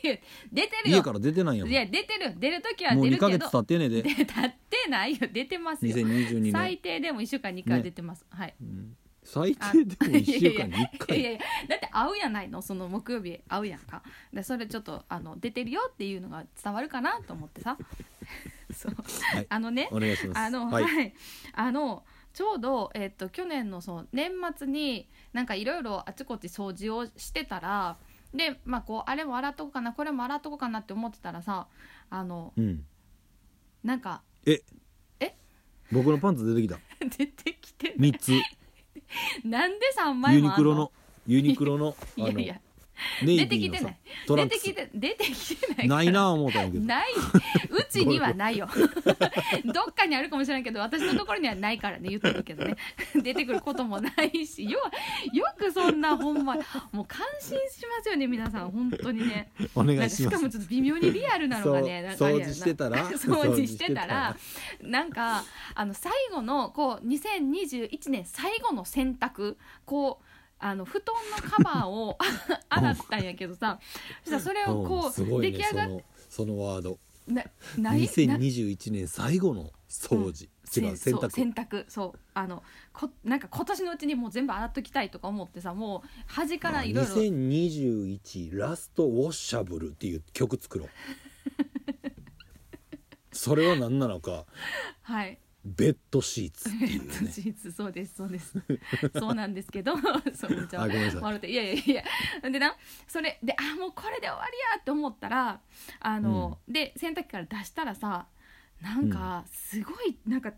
B: や出てるよ
A: 家から出てないやもん
B: いや出てる出る時は
A: もう2
B: 出る
A: ヶ
B: け
A: 月
B: ど
A: 経ってねえで
B: で 立ってないよ出てますよ
A: 2022
B: 最
A: 年
B: 低でも1週間に1回は
A: ね
B: 出てます、はい
A: うん最低でも1週間に1
B: いや
A: 回
B: いやだって会うやないのその木曜日会うやんかでそれちょっとあの出てるよっていうのが伝わるかなと思ってさ そう、
A: はい
B: あのね
A: お願いします
B: あの
A: は
B: はい、
A: い
B: あのちょうど、えっと去年のその年末になんかいろいろあちこち掃除をしてたらでまあこうあれも洗っとこうかなこれも洗っとこうかなって思ってたらさあの
A: うん
B: なんか
A: え
B: え
A: 僕のパンツ出てき た
B: 出てきてない
A: 3つ
B: なんで3枚
A: ユ
B: も
A: ニ
B: あ
A: ク
B: ん
A: ロのユニクロのあ
B: い
A: の
B: や
A: ネ
B: い
A: イ
B: や
A: ビ
B: 出てき
A: ーの
B: て
A: さ
B: ない
A: トラ
B: 出
A: ンク
B: て
A: ス
B: きて出てきてない
A: ないなあ思ったんやけど
B: ないうちにはな いよどっかにあるかもしれんけど私のところにはないからね言ってるけどね 出てくることもないしよよくそんなほんまもう感心しますよね皆さん本当にね
A: お
B: な
A: 願
B: ん
A: い
B: か
A: し
B: し
A: ま
B: かも
A: す
B: ちょっと微妙にリアルなのがねなんか
A: そう
B: あれやな
A: 掃除してたら
B: 掃除してたらなんかあの最後のこう2021年最後の洗濯こうあの布団のカバーを 洗ったんやけどさそしたらそれを
A: う
B: こ
A: んす
B: う
A: ご
B: 出
A: い
B: 来
A: ね
B: 上
A: そ
B: がっ
A: のそのワード
B: なないな
A: 2021年最後の掃除
B: せ
A: 違う洗
B: そう
A: 濯
B: 洗濯そうあのこなんか今年のうちにもう全部洗っときたいとか思ってさもう端からいろいろ
A: 2021ラストウォッシャブルっていう曲作ろ うそれは何なのか
B: はい
A: ベッドシーツっていう ね
B: 事実そうですそうですそうなんで すけどそうめっちゃ
A: あごめんなさい
B: 笑っていやいやいやでなそれであもうこれで終わりやって思ったらあの、で洗濯機から出したらさなんかすごいなんか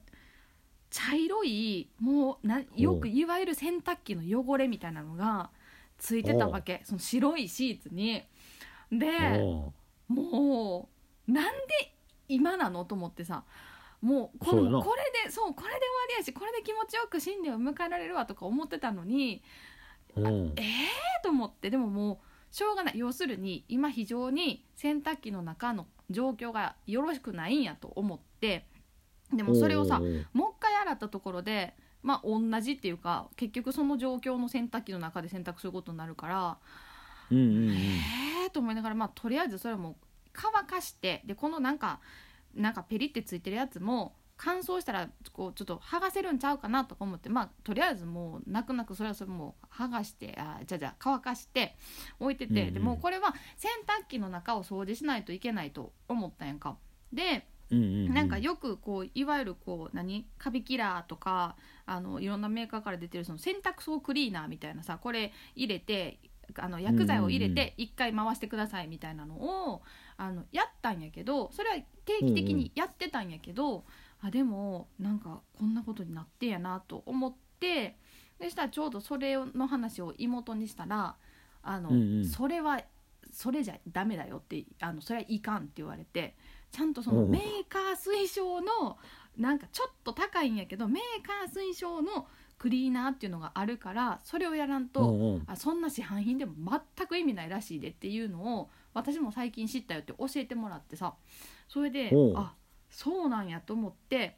B: 茶色いもうなよく
A: おう
B: いわゆる洗濯機の汚れみたいなのがついてたわけその白いシーツに。で
A: うん
B: もうなんで今なのと思ってさもうこ
A: そうや
B: の
A: な
B: これでそうこれで終わりやしこれで気持ちよく新年を迎えられるわとか思ってたのに
A: うん
B: ええー、と思ってでももうしょうがない要するに今非常に洗濯機の中の状況がよろしくないんやと思ってでもそれをさ
A: おうおう
B: もう一回洗ったところでまあ同じっていうか結局その状況の洗濯機の中で洗濯することになるから
A: うんうん
B: えーと思いながらまあとりあえずそれも乾かしてでこのなんかなんかペリってついてるやつも乾燥したらこうちょっと剥がせるんちゃうかなとか思ってまあとりあえずもう泣く泣くそれはそれもう剥がしてあーじゃあじゃあ乾かして置いてて、
A: うんうん
B: でもうこれは洗濯機の中を掃除しないといけないと思ったんやんかで
A: うんうんうん、
B: なんかよくこういわゆるこう何カビキラーとかあのいろんなメーカーから出てるその洗濯槽クリーナーみたいなさこれ入れてあの薬剤を入れ
A: うんうん
B: て一回回してくださいみたいなのをあのやったんやけどそれは定期的にやってたんやけどあでもなんかこんなことになってんやなと思ってでしたらちょうどそれの話を妹にしたらあの、
A: うんうん
B: それはそれじゃダメだよってあのそれはいかんって言われてちゃんとそ
A: お
B: の
A: う
B: メーカー推奨のなんかちょっと高いんやけどメーカー推奨のクリーナーっていうのがあるからそれをやらんと、
A: うんうん
B: あそんな市販品でも全く意味ないらしいでっていうのを私も最近知ったよって教えてもらってさそれで
A: おう
B: あそうなんやと思って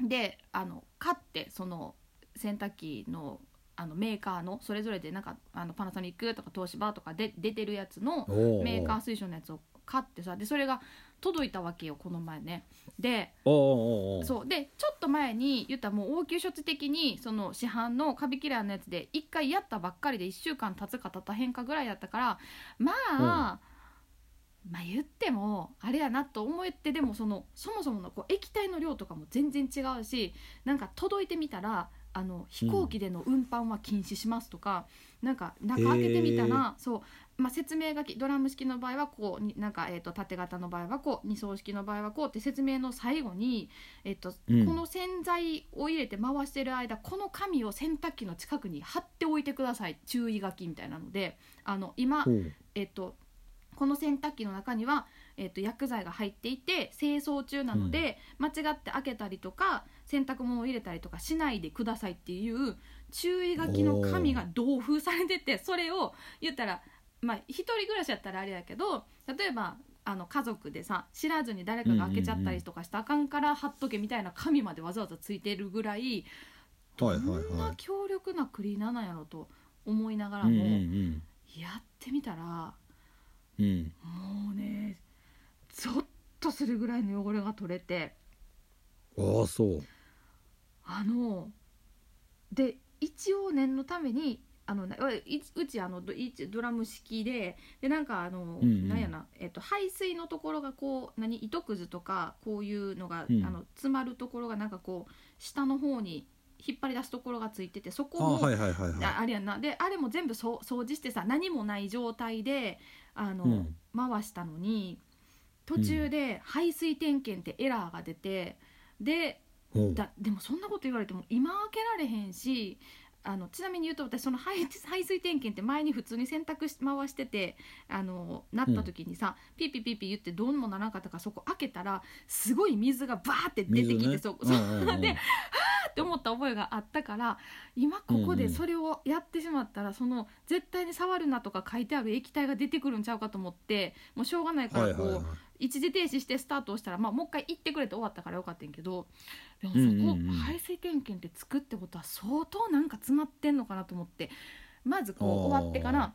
B: であの買ってその洗濯機のあのメーカーのそれぞれでなんかあのパナソニックとか東芝とかで出てるやつの
A: おう
B: メーカー推奨のやつを買ってさでそれが届いたわけよこの前ね。で
A: おうおうおう
B: そうでちょっと前に言ったらもう応急処置的にその市販のカビキラーのやつで1回やったばっかりで1週間経つか経たへんかぐらいやったからまあ、まあ言ってもあれやなと思ってでもそのそもそものこう液体の量とかも全然違うしなんか届いてみたらあの飛行機での運搬は禁止しますとか、なんか中開けてみたら、そう、まあ、説明書きドラム式の場合はこうになんか、えー、と縦型の場合はこう二層式の場合はこうって説明の最後に、えっと
A: うん
B: この洗剤を入れて回してる間この紙を洗濯機の近くに貼っておいてください注意書きみたいなのであの今、
A: おう
B: えっと、この洗濯機の中には、えっと、薬剤が入っていて清掃中なので、間違って開けたりとか洗濯物を入れたりとかしないでくださいっていう注意書きの紙が同封されててそれを言ったらまあ一人暮らしやったらあれやけど例えば。あの家族でさ知らずに誰かが開けちゃったりとかしたらあかんから貼っとけみたいな紙までわざわざついてるぐらい
A: はい
B: こ
A: はい
B: ん
A: は
B: ない強力なクリーナーなんやろと思いながら
A: うんう
B: も
A: ん
B: やってみたら
A: うんうん
B: もうねゾッとするぐらいの汚れが取れて
A: ああそう
B: あので一応念のためにあのいうちあのど一ドラム式ででなんかあの、
A: うんうん
B: なんやな、えっと、排水のところがこう何糸くずとかこういうのが、
A: うん
B: あの詰まるところがなんかこう下の方に引っ張り出すところがついててそこ
A: あ
B: も
A: はいはいはい
B: あ
A: は
B: あれやんなであれも全部そう掃除してさ何もない状態であの、
A: うん
B: 回したのに途中で排水点検ってエラーが出て、で
A: いおう
B: だでもそんなこと言われても今開けられへんしあのちなみに言うと私その排排水点検って前に普通に洗濯し回しててあのなった時にさ、ピッピッピッピ言ってどうにもならなかったからそこ開けたらすごい水がバーって出てきて、
A: 水ね
B: そこ
A: うんうんうん
B: でって思った覚えがあったから今ここでそれをやってしまったら、その絶対に触るなとか書いてある液体が出てくるんちゃうかと思ってもうしょうがないか
A: は
B: ら
A: い
B: こう、
A: はいはい
B: 一時停止してスタートをしたら、まあ、もう一回行ってくれて終わったからよかったんやけどでもそ
A: うん
B: こ、
A: うんうん
B: 排水点検ってつくってことは相当なんか詰まってんのかなと思ってまずこう
A: あー
B: 終わってから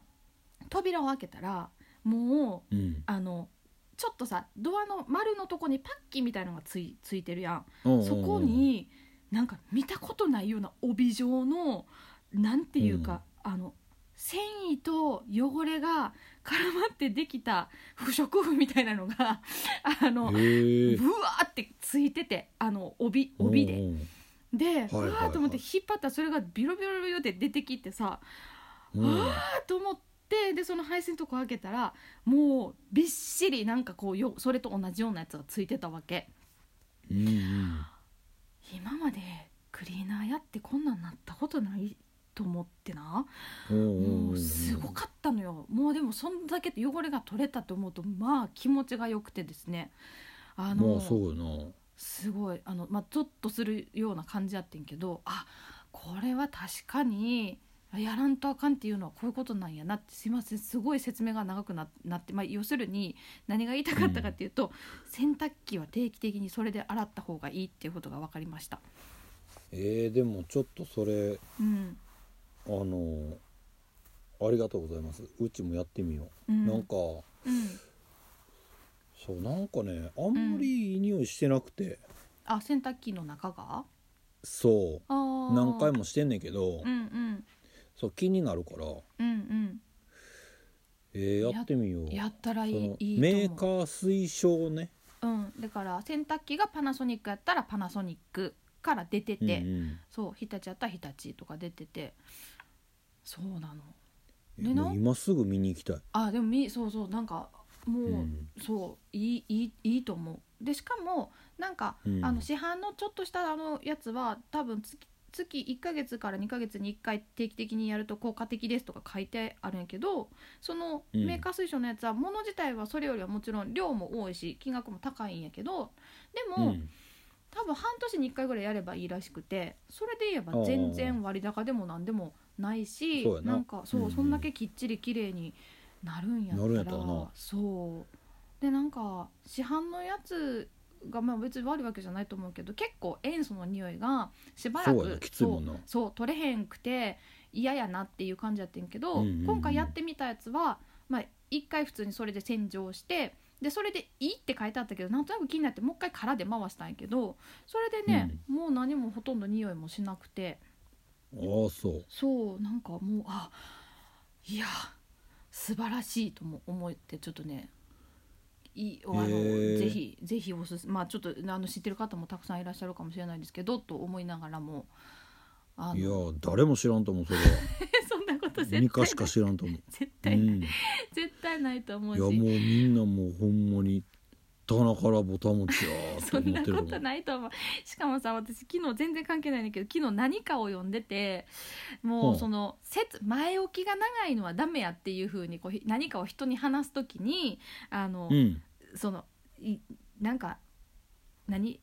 B: 扉を開けたらもう
A: うん
B: あのちょっとさドアの丸のとこにパッキンみたいのがついついてるやん。
A: おうおうおう
B: そこになんか見たことないような帯状のなんていうか、あの繊維と汚れが絡まってできた不織布みたいなのが あのぶわ
A: へえ
B: ーってついててあの帯帯で。で、
A: いはいはいう
B: わーと思って引っ張ったらそれがビロビロビロって出てきてさ
A: おうおう
B: あーと思ってでその配線のとこ開けたらもうびっしりなんかこうよそれと同じようなやつがついてたわけ。
A: うんうん
B: 今までクリーナーやってこんなんなったことないと思ってな
A: おうおうおう
B: もうすごかったのよもうでもそんだけ汚れが取れたと思うとまあ気持ちが良くてですねあの、
A: まあそうよ
B: すごいあの、まあ、ゾッとするような感じやってんけどあこれは確かにやらんとあかんっていうのはこういうことなんやなってすいませんすごい説明が長くななって、まあ、要するに何が言いたかったかっていうと、洗濯機は定期的にそれで洗った方がいいっていうことが分かりました。
A: えー、でもちょっとそれ
B: うん
A: あのありがとうございますうちもやってみよ
B: う
A: う、
B: ん
A: なんか
B: うん、
A: そうなんかねあんまりいい匂いしてなくて、
B: あ洗濯機の中が
A: そう
B: あー
A: 何回もしてんねんけど、
B: うんうん
A: そう気になるから、
B: うん
A: えーやってみよう
B: うんやったらい
A: そ
B: い
A: の
B: いいと思う
A: メーカー推奨ね
B: うん、だから洗濯機がパナソニックやったらパナソニックから出て
A: う
B: て、
A: ん
B: そう日立やったら日立とか出ててそうなの
A: うん
B: でな
A: もう今すぐ見に行きたい、
B: あでもみそうそうなんかもう、
A: うん
B: そういいいいいいと思うでしかもなんか、
A: うん
B: あの市販のちょっとしたあのやつは多分月月1ヶ月から2ヶ月に1回定期的にやると効果的ですとか書いてあるんやけどその
A: うん
B: メーカー推奨のやつは物自体はそれよりはもちろん量も多いし金額も高いんやけどでも、
A: うん
B: 多分半年に1回ぐらいやればいいらしくてそれで言え
A: あ
B: ば
A: ー
B: 全然割高でも何でもないし
A: そうや
B: な
A: なん
B: かそう、
A: うん
B: そんだけきっちり綺麗になるんやった
A: なるん
B: ら
A: やったらな
B: そうでなんか市販のやつがまあ別に悪いわけじゃないと思うけど結構塩素の匂いがしば
A: そ
B: ら
A: うや
B: く
A: なきついもんな
B: そうそう取れへんくて嫌やなっていう感じやってんけど、
A: うんうんうん
B: 今回やってみたやつは、まあ、1回普通にそれで洗浄してでそれで「いい」って書いてあったけどなんとなく気になってもう一回殻で回したんやけどそれでね、もう何もほとんど匂いもしなくて
A: ああそう
B: そうなんかもうあいや素晴らしいとも思ってちょっとねいいあの
A: へー
B: ぜひぜひおすすまあちょっとあの知ってる方もたくさんいらっしゃるかもしれないですけどと思いながらもあ
A: いや
B: の
A: ー誰も知らんと思うそれは
B: そんなこと 絶対
A: ニカしか知らんと思う、
B: 絶
A: う
B: 対、
A: ん、い
B: 絶対ないと思う
A: や
B: し
A: もうみんなもうほんまに棚からボタン持ちやーって
B: そん
A: 思っ
B: な
A: てると
B: こ
A: 思
B: と
A: う
B: ないと思うしかもさ私昨日全然関係ないんだけど昨日何かを読んでても
A: ほ
B: う
A: う
B: その説前置きが長いのはダメやっていうふうにこうひ何かを人に話すときにあの、
A: うん
B: そのいなんか何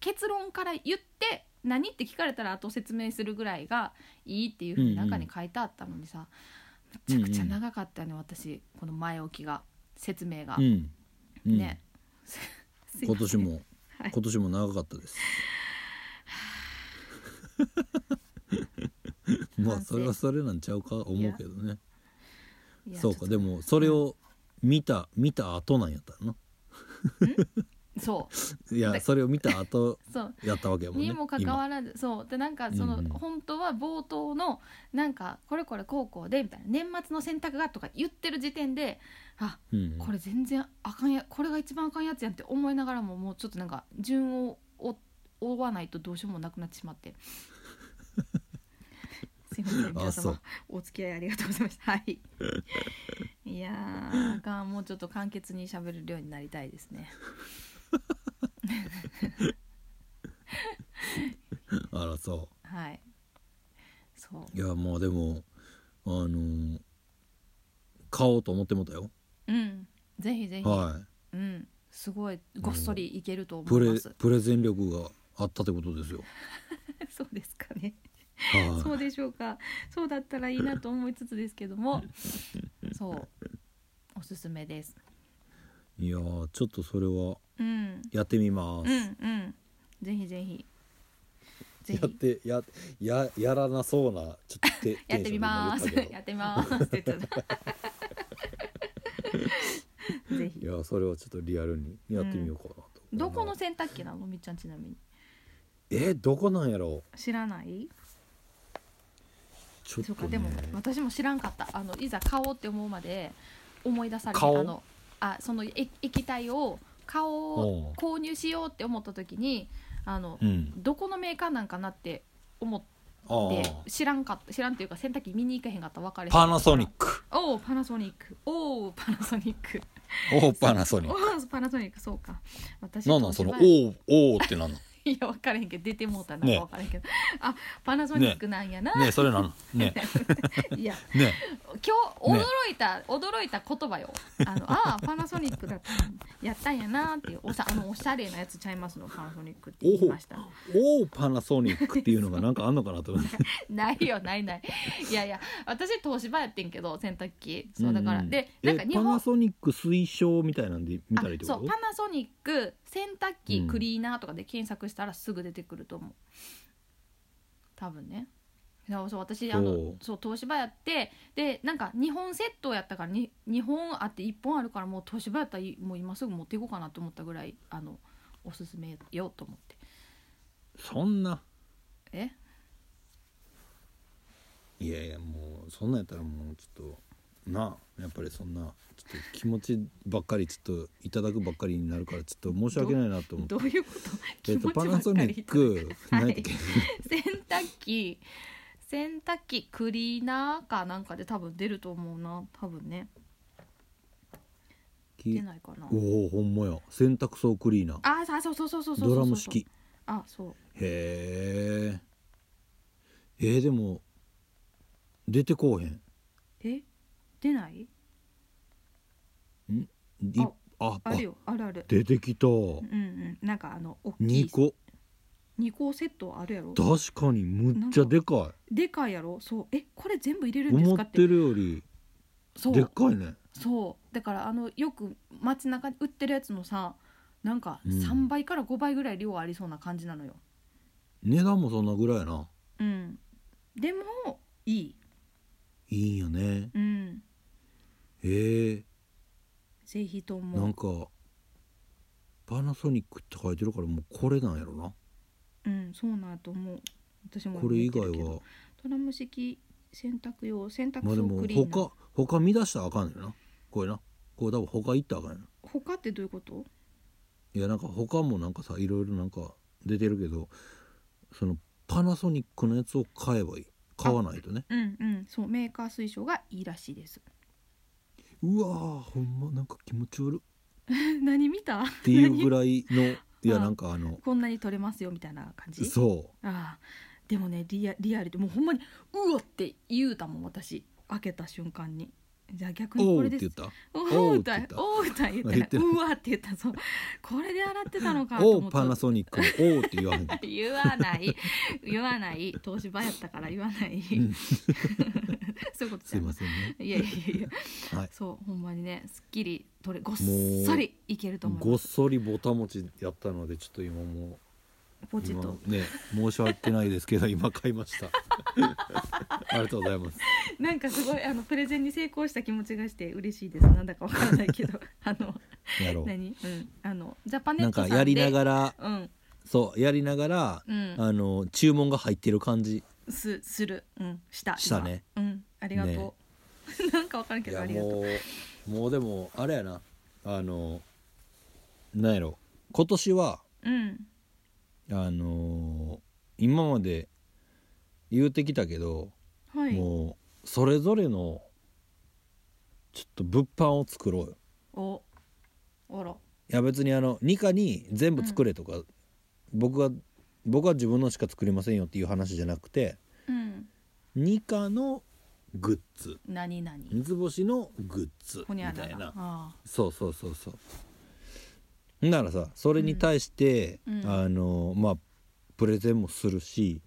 B: 結論から言って何って聞かれたら後説明するぐらいがいいっていうふうに中に書いてあったのにさ、めちゃくちゃ長かったよね私この前置きが説明が。
A: うん、うん
B: ね、すいません
A: 今年も、
B: はい
A: 今年も長かったです まあ
B: 反省
A: それはそれなんちゃうか思うけどね
B: いや
A: そう
B: ちょ
A: か
B: っ
A: でもそれを見た見た後なんやったらな
B: とそう
A: いや
B: だ
A: それを見た後
B: そう
A: やったわけやもんね
B: にもかかわらずそうでなんかその、
A: うんうん
B: 本当は冒頭のなんかこれこれこうこうでみたいな年末の選択がとか言ってる時点であ
A: 今うん、
B: これ全然あかんやこれが一番あかんやつやんって思いながらももうちょっとなんか順を追追わないとどうしようもなくなってしまって すいません皆
A: あそう
B: 様お付き合いありがとうございましたはいいやーあかんもうちょっと簡潔に喋る量になりたいですね
A: あらそ
B: はいそう
A: ういやまあでもあのー買おうと思ってもたよ
B: うん、ぜひぜひ、
A: は
B: うん、すごいごっそりいけると
A: いプ
B: 思い
A: レ
B: ます。
A: プレゼン力があったってことですよ
B: そうですかね。 そ
A: は
B: うでしょうか。そうだったらいいなと思いつつですけど も、そう、おすすめです。
A: いいやーちょっとそれは
B: うん、
A: やってみま
B: うん、
A: す、
B: うん、ぜひぜひ。ぜ
A: やっ
B: ひ
A: てやややらなそうなちょっとテ
B: やってみま
A: テ
B: す
A: ンションで言っ。た
B: やってみますって言ってた。 ぜ
A: け
B: ひ。
A: どいやそれはちょっとリアルにやってみようかなと、
B: どこの洗濯機なのみっちゃんちなみに
A: えどこなんやろう
B: 知らない
A: ちょっと、
B: そうか
A: ね、
B: でも私も知らんかったあのいざ買おうって思うまで思い出されたあ
A: 顔
B: のあその液液体を顔を
A: おう
B: 購入しようって思った時にあの、
A: うん
B: どこのメーカーなんかなって思っ
A: あー
B: て知らんかった知らんというか洗濯機見に行けへんかったら分かれへん
A: パナソニック
B: おおパナソニックおおパナソニック
A: おおパナソニ
B: お
A: ック
B: おパナソニックそうか私
A: なんなんそ
B: 東
A: の
B: 芝
A: おうおうってなんなん
B: いや分からへんけど出てもうたなんか
A: ね
B: 分からへんけど、あパナソニックなんやな、
A: ねえそれなんなんね
B: いや
A: えね
B: 今日驚いた、驚いた言葉よあ のああパナソニックだったやったんやなっていうおしゃあのおしゃれなやつちゃいますのパナソニックって言いました
A: えおうパナソニックっていうのがなんかあんのかなと思って
B: ないよないないいやいや私東芝やってんけど洗濯機 そうだから、
A: んん
B: で
A: え
B: なんか日
A: パ
B: 本
A: ナソニック推奨みたいなんで見
B: あ
A: たりってこ
B: そ
A: と
B: うパナソニック洗濯
A: う
B: 機
A: ん
B: クリーナーとかで検索したらすぐ出てくると思う多分ねそうそう私あの
A: そう
B: そう東芝やってでなんか2本セットやったからに2本あって1本あるからもう東芝やったらいもう今すぐ持っていこうかなと思ったぐらいあのおすすめよと思って
A: そんな
B: え
A: いやいやもうそんなんやったらもうちょっとなあやっぱりそんなちょっと気持ちばっかりちょっといただくばっかりになるからちょっと申し訳ないなと思って
B: どういうこと
A: え
B: 気
A: っと
B: 持
A: パ
B: ちば
A: ナ
B: っか
A: ソニ
B: り
A: ック
B: はい
A: 何やったっけ
B: 洗濯機洗濯機クリーナーかなんかで多分出ると思うな多分ね出ないかな
A: おおほんまや洗濯槽クリーナー
B: ああそうそうそうそうそうそうそう
A: ドラム式
B: あそう
A: へええー、でも出てこうへん
B: え出ない
A: い
B: あ
A: あ
B: あるよあるある
A: 出てきた
B: うんうんなんかあの大きい
A: 2個
B: 二個セットあるやろ
A: 確かにむっちゃでか
B: でかいやろそうえこれ全部入れ
A: い
B: るんです
A: 思
B: か
A: っ
B: って
A: てるより
B: そう
A: でっかいね
B: そうだからあのよく街中に売ってるやつのさなんか
A: うん
B: 3倍から5倍ぐらい量ありそうな感じなのよ
A: 値段もそんなぐらいやな
B: うんでもいい
A: いいんよね
B: うん
A: へえ
B: ぜひと
A: なん
B: も
A: かパナソニックって書いてるからもうこれなんやろな
B: うんそうなんやと思う私も
A: これ以外
B: 見てるけど
A: は
B: ドラム式洗濯用洗濯
A: まあで
B: 槽
A: も
B: クリーナー、
A: 他他見出したらあかんよなこれなこれ多分他行ったらあかんよな
B: 他ってどういうこと
A: いやなんか他もなんかさいろいろなんか出てるけどそのパナソニックのやつを買えばいい買わないとね
B: うんうんそうメーカー推奨がいいらしいです
A: うわーほんまなんか気持ち悪
B: 何見た
A: っていうぐらいのいや
B: あ
A: なんかあの
B: こんなに取れますよみたいな感じ
A: そ
B: ああでもねリアリアルでもうほんまに「うお!」って言うたもん私開けた瞬間にじゃあ逆
A: う「お
B: にこ
A: う」っ
B: れ
A: て言
B: で
A: っ
B: す
A: た
B: お
A: おう
B: う
A: って言
B: 歌
A: った
B: おう歌言って
A: 言
B: な
A: っ
B: い
A: てないう
B: わって言ったそうこれで洗ってた
A: 「
B: のかと
A: お
B: 思
A: う
B: った
A: パナソニック」「おう」って言わへ ん
B: 言わない言わない東芝やったから言わ ない
A: ん
B: そういうこと
A: す
B: じ
A: い
B: ゃな
A: ま
B: い
A: せんね
B: いやいやい や
A: はい
B: そうほんまにねすっきり取れごっそりいけると思い
A: ご
B: ま
A: っ
B: す
A: そりボタン持ちやったのでちょっと今も
B: ポ
A: う
B: チッ
A: 今
B: と
A: ね申し訳ないですけど今買いました ありがとうございます
B: なんかすごいあのプレゼンに成功した気持ちがして嬉しいですなんだかわからない けどあの
A: やろう
B: 何うんあのジャパネ
A: な
B: ッ
A: ん
B: トさ
A: か
B: んで
A: やりながら
B: うん
A: そうやりながら、
B: うん
A: あの注文が入ってる感じ
B: すするうんした
A: したね
B: 今うんありがとう、 なんかわからん
A: い
B: けど
A: や
B: ありがとう
A: もうもうでもあれやなあのなんやろ今年は
B: うん
A: あの今まで言うてきたけど、
B: はい
A: もうそれぞれのちょっと物販を作ろうよ
B: おおら
A: いや別にあの二課に全部作れとか、僕が僕は自分のしか作りませんよっていう話じゃなくて
B: うん
A: 二課のグッズ
B: 何何
A: 三つ星のグッズ
B: ほ
A: み
B: にゃ
A: た
B: ら
A: い
B: ら
A: な
B: あ
A: そうそうそうそうならさそれに対して、
B: うんうん
A: あのまあプレゼンもするし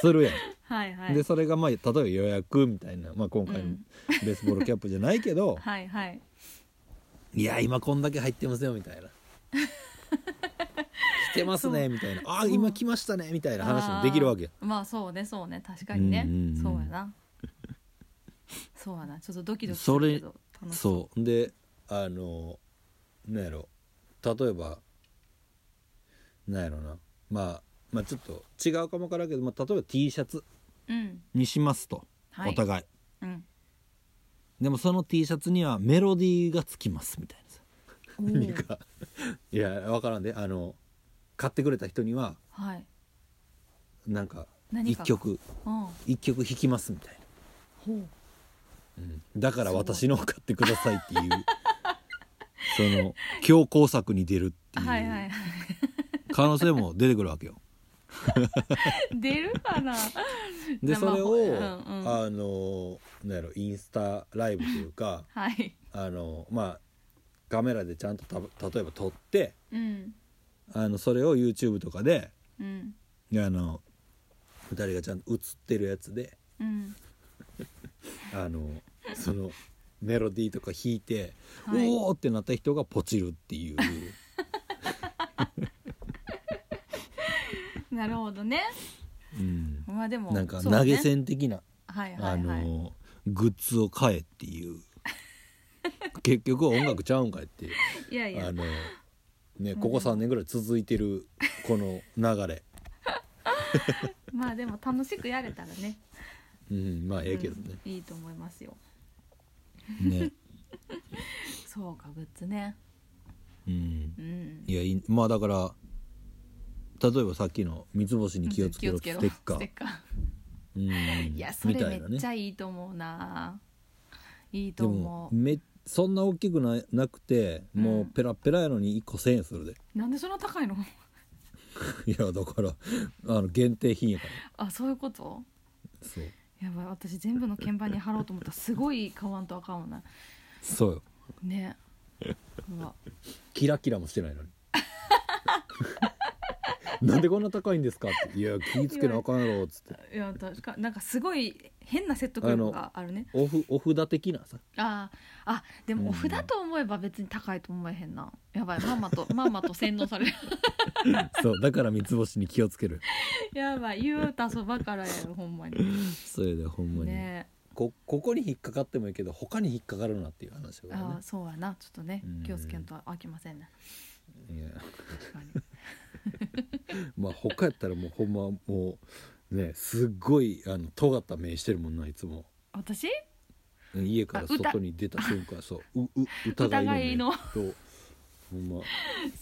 A: するやん、
B: あはい はい
A: でそれがまあ例えば予約みたいな、まあ、今回
B: う
A: の
B: ん
A: ベースボールキャップじゃないけど、
B: はいはい
A: いや今こんだけ入ってますよみたい な来てますねみたいなあ
B: そう
A: 今来ましたねみたいな話もできるわけよ
B: あーまあそうねそうね確かにね、
A: うんうんうん
B: そうやな そうやなちょっとドキドキす
A: それ
B: るけど楽しう
A: そうであのなんやろ例えばなんやろなまあまあちょっと違うかもわからんけど、まあ、例えば T シャツ
B: うん
A: にしますと、
B: はい
A: お互い
B: うん
A: でもその T シャツにはメロディーがつきますみたいなさ
B: お
A: なん
B: ー
A: かいやわからんであの買ってくれた人には
B: はい
A: なんか
B: 何
A: 一
B: か
A: 曲
B: うん
A: 一曲弾きますみたい
B: ほう
A: な、うんだから私のを買ってくださいって いうその強行策に出るっていう、
B: はい はいはい
A: 可能性も出てくるわけよ。
B: 出るかな
A: で
B: 生
A: それを、
B: うんうん
A: あのなんやろインスタライブというか
B: はい
A: あのまあカメラでちゃんとた例えば撮って
B: うん
A: あのそれを YouTube とかで
B: うん
A: あの2人がちゃんと映ってるやつで
B: うん
A: あのそのメロディーとか弾いて、
B: はい
A: おおってなった人がポチるって いう。
B: なるほどね
A: うん
B: まあでも
A: なんか
B: そうね
A: 投げ銭的な、
B: はいはいはい
A: あのーグッズを買えっていう 結局音楽ちゃうんかいって
B: いやいや
A: あのーねここ3年ぐらい続いてる この流れ
B: まあでも楽しくやれたらね
A: うんまあええけどね、
B: うんいいと思いますよ
A: ね
B: そうかグッズね
A: うん
B: うん
A: いやいいまあだから例えばさっきの「三つ星に気をつけろ」ステッカ
B: ステ
A: ー
B: ッカー
A: うん
B: いやそれ
A: みた
B: め
A: いな
B: っ
A: ね
B: ちゃいいと思うないい
A: で
B: と
A: も
B: 思
A: めそんな大きくななくてもううんペラペラやのに1個1,000円するで、
B: うなんでそんな高いの
A: いやだからあの限定品やから
B: あそういうこと
A: そう
B: やばい私全部の鍵盤に貼ろうと思ったらすごい買わんとあかんわな
A: そうよ
B: ねうわ
A: キラキラもしてない のになんでこんな高いんですかって「いや気ぃつけなあかんやろ」っつって
B: いや確かなんかすごい変な説得力があるね
A: おふお札的なさ
B: あーあで
A: うん
B: もお札と思えば別に高いと思えへんなやばいまんまと まんまと洗脳される
A: そうだから三つ星に気をつける
B: やばい言うたそばからやろほんまに
A: それでほんまに、
B: ね
A: こここに引っかかってもいいけど他に引っかかるなっていう話をね
B: あーそうやなちょっとね
A: うん
B: 気をつけんと飽きませんね
A: いや
B: 確かに
A: まあ他やったらもうほんまもうねすっごいあの尖った目してるもんないつも
B: 私
A: 家から
B: あ歌
A: 外に出た瞬間そううう疑
B: 疑
A: い
B: い
A: の
B: の
A: 目とほ んま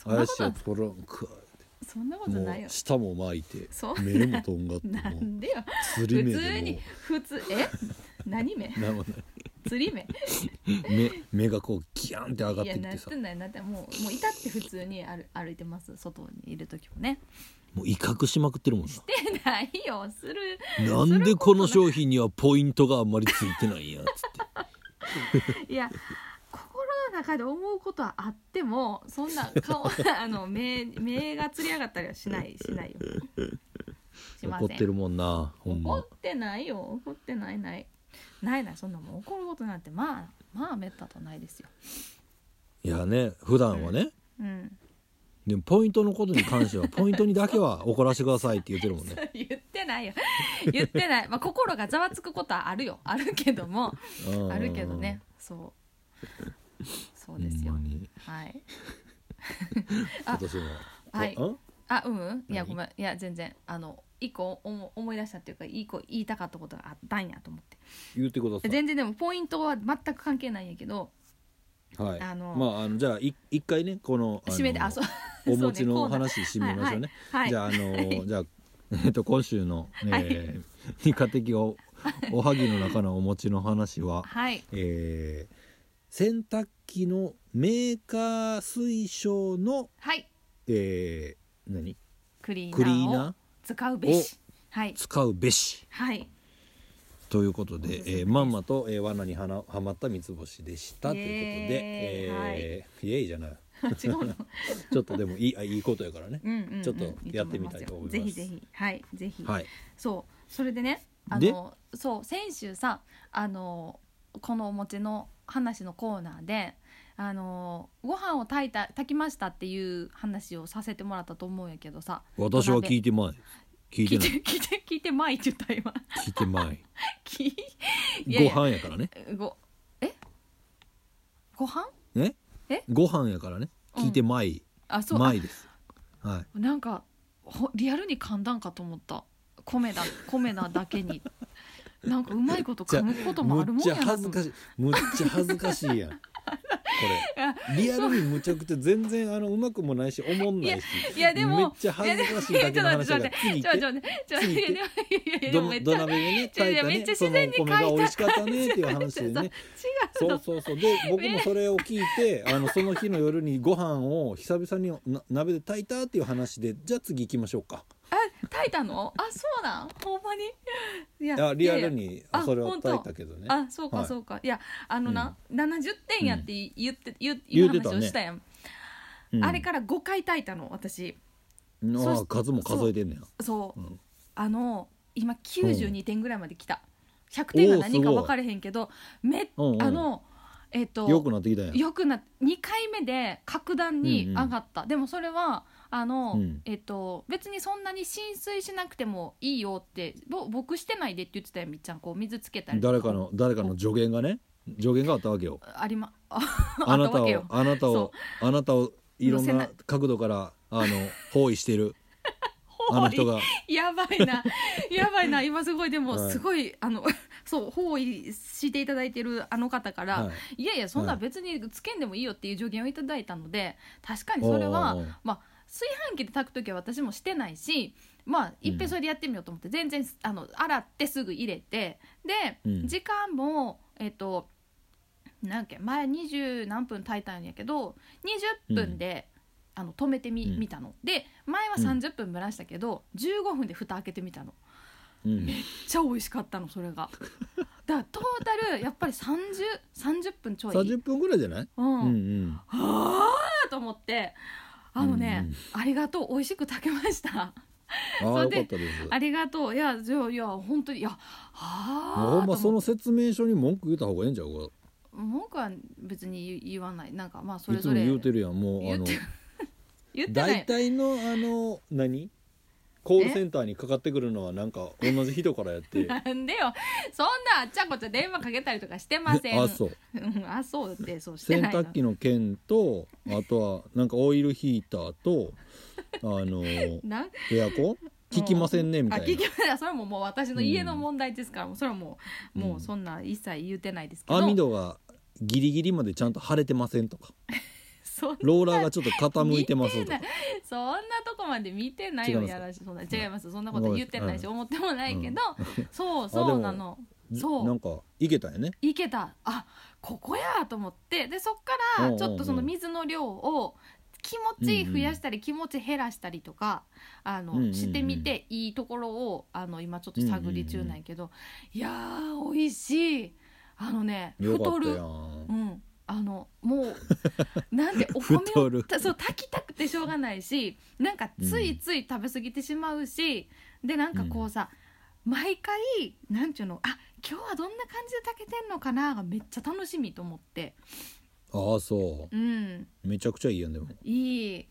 B: そんな
A: 怪
B: こ
A: しい
B: と
A: や
B: は
A: つポロンク
B: そんなこと
A: も
B: ないよ
A: う舌も巻いて
B: そう
A: 目もとんがっても
B: な
A: うん
B: でよ
A: 釣り
B: 普
A: 目
B: 通に
A: で
B: 普通え 何目
A: もうなんもな
B: 釣り目
A: い目目がこうギャンって上がっ
B: い
A: て
B: や
A: き
B: なって
A: さ
B: てないなってもうもう至って普通に歩歩いてます外にいる時もね
A: もう威嚇しまくってるもんな
B: してないよする
A: なんでこの商品にはポイントがあんまりついてないんやつって
B: いや心の中で思うことはあってもそんな 顔あの目目がつり上がったりはしないしないよ しませ
A: 怒
B: ん
A: ってるもんなほん
B: 怒
A: ま
B: ってないよ怒ってないないないないそんなもん怒ることなんてまあまあめったとないですよ
A: いやね普段はね、
B: うん
A: でもポイントのことに関してはポイントにだけは 怒らせてくださいって言ってるもんね
B: 言ってないよ言ってないまあ心がざわつくことはあるよあるけども
A: うん
B: あるけどねそうそうですよ
A: ほんまに
B: はい
A: 今年も
B: はい
A: あん
B: あううんいや
A: 何
B: ごめんいや全然あの一個思思い出したっていうか一個言いたかったことがあったんやと思って
A: 言ってください
B: 全然でもポイントは全く関係ないんやけど
A: はい
B: あの
A: まああのじゃあい一回ねこのあの
B: 締めであそう
A: お餅のお
B: そうね
A: 話締めましょうね
B: はいはいはい
A: じゃああのじゃあ えっと今週のえー二課的おおはぎの中のお餅の話は
B: はい
A: えー洗濯機のメーカー推奨の
B: はい
A: えー何
B: クリー
A: クリー
B: ナー
A: ナ
B: を使うべしはい
A: ー使うべし
B: はい
A: ということ
B: お
A: で、
B: すすめ
A: え
B: です
A: ー、まんまと、えー、罠にはなはまった三つ星でしたと
B: イ
A: いう
B: エ
A: こ
B: ー
A: とでえ
B: イ、
A: ー、イエーイじゃない
B: 違うの
A: ちょっとでもいいあいいことやからね
B: う、んうんうん
A: ちょっとやってみたいと思います
B: ぜひぜひはいぜひ
A: はい
B: そうそれでねあのそう先週さあのこのお餅の話のコーナーであのご飯を炊いた炊きましたっていう話をさせてもらったと思うんやけどさ
A: 私は聞い
B: て
A: てない聞い
B: 聞
A: てな
B: いて
A: い
B: 聞いて聞いてまいって言った今
A: 聞いてない
B: 聞いいやいや
A: ご飯やからね
B: ごえご飯
A: ね
B: え
A: ご飯やからね聞いてない、
B: あそう
A: ないですはい
B: あなんかほリアルに噛んだんかと思った米だ米なだけ になんかうまいこと噛むこともある
A: むっ
B: もん
A: ち
B: や
A: ゃ
B: なと思っ
A: 恥
B: て
A: ずかしいむっちゃ恥ずかしい やんこれリアルにむちゃくちゃ全然あのうまくもないし思んないし
B: いやでも
A: めっちゃ恥ずかしいだけの話だから次
B: ちょ
A: 行っ
B: ちょ
A: て
B: ちょちょ
A: 次
B: い
A: 行
B: や
A: って
B: でもいやいやで
A: ど
B: もめ
A: の
B: っち
A: 土
B: ゃ違う
A: 鍋でね
B: ちょ
A: 炊
B: い
A: いた
B: や
A: ねそのお
B: めっちゃ自然に
A: 米が美味しかったねっていう話 でねそうそうそうで僕もそれを聞いてあのその日の夜にご飯を久々にな鍋で炊いたっていう話でじゃあ次行きましょうか
B: あ炊いたのあそうなんほんまにい
A: いやリアル
B: い
A: に
B: あ
A: それを炊いたけどね
B: やあそう
A: は
B: か
A: い
B: そうか、い、やあのな、70点やって言って、言う
A: 言
B: 言
A: う
B: う
A: てたね
B: 話をしたやん、
A: うん
B: あれから5回炊いたの私
A: あ
B: そ
A: あ
B: し
A: 数も数えてんねや
B: そう、
A: うん
B: あの今92点ぐらいまで来た100点が何か分かれへんけどめっ
A: うんうん
B: あのえっ、と
A: よくなってきたんや
B: よくな2回目で格段に上がった、でもそれはあの、
A: うん
B: えっと別にそんなに浸水しなくてもいいよってぼ僕してないでって言ってたよみっちゃんこう水つけたりと
A: 誰かの誰かの助言がね助言があったわけよ
B: ありまあ
A: あな
B: あった
A: た
B: わけ
A: を
B: よ
A: あなたをあなたをいろん
B: 乗せ
A: な
B: な
A: 角度からあの包囲してる
B: 包
A: あの人が
B: やばい なやばいな今すごいでも
A: はい
B: すごいあの そう包囲していただいてるあの方から
A: はい
B: やいやそんな
A: はい
B: 別につけんでもいいよっていう助言をいただいたので確か
A: い
B: にそれは
A: おうおうおう
B: まあ炊飯器で炊く時は私もしてないしまあいっぺんそれでやってみようと思って、全然あの洗ってすぐ入れてで、
A: うん
B: 時間もえっ、となんやっけ前20何分炊いたんやけど20分で、あの止めてみ、
A: うん
B: 見たので前は30分蒸らしたけど、15分で蓋開けてみたの
A: うん
B: めっちゃ美味しかったのそ れがだからトータルやっぱり3030分ちょい
A: 30分ぐらいじゃない
B: うん
A: うんうん
B: はあと思ってあのね、
A: うん
B: ありがとう美味しく炊けました
A: ああ
B: そ
A: よ
B: れで
A: かったです
B: ありがとういやじゃあいや本当にいやはあ
A: ほんま
B: と
A: そ
B: 思
A: の
B: っ
A: 説明書に文句言った方がええんちゃうか
B: 文句は別に言わないなんかまあそ
A: い
B: れ
A: つ
B: ぞ
A: も
B: れ
A: 言うてるやんもうあ
B: 言っ
A: の
B: て 言ってない
A: 大体のあの何コールセンターにかかってくるのはなんか同じ人からやって
B: なんでよそんなあっちゃこっちゃ電話かけたりとかして ません
A: あそう
B: うんあそうってそうして
A: 洗
B: ないの
A: 濯機の件とあとはなんかオイルヒーターとあのエ
B: なん
A: アコン効きませんねみたいな
B: あ聞きませんそれはもうもう私の家の問題ですから、もうそれはもう、もううんそんな一切言ってないですけど
A: 網戸がギリギリまでちゃんと腫れてませんとか
B: そん
A: ローラーがちょっと傾いてますとか
B: そんなとこまで見てないよ
A: 違います
B: やらしそんな違いますそんなこと言ってないし、
A: う
B: 思ってもないけど、そう
A: あで
B: そう
A: も
B: なのそう
A: なんかいけたよね
B: いけたあここやと思ってでそっ
A: う
B: か
A: ん
B: ら
A: うん
B: ちょっとその水の量を気持ち増やしたり気持ち減らしたりとかあ
A: うんうんう
B: の
A: ん
B: してみていいところをあの今ちょっと探り中なんやけどいやー美味しいあのね
A: よか
B: 太
A: った
B: る
A: や
B: うんん、あのも うなんてお米
A: 太
B: を
A: る
B: たそう炊きたくてしょうがないしなんかついつい食べ過ぎてしまうし、でなんかこうさ、毎回なんちゅうのあ今日はどんな感じで炊けてんのかながめっちゃ楽しみと思って
A: ああそ
B: うん
A: うめちゃくちゃいいやんでも
B: いい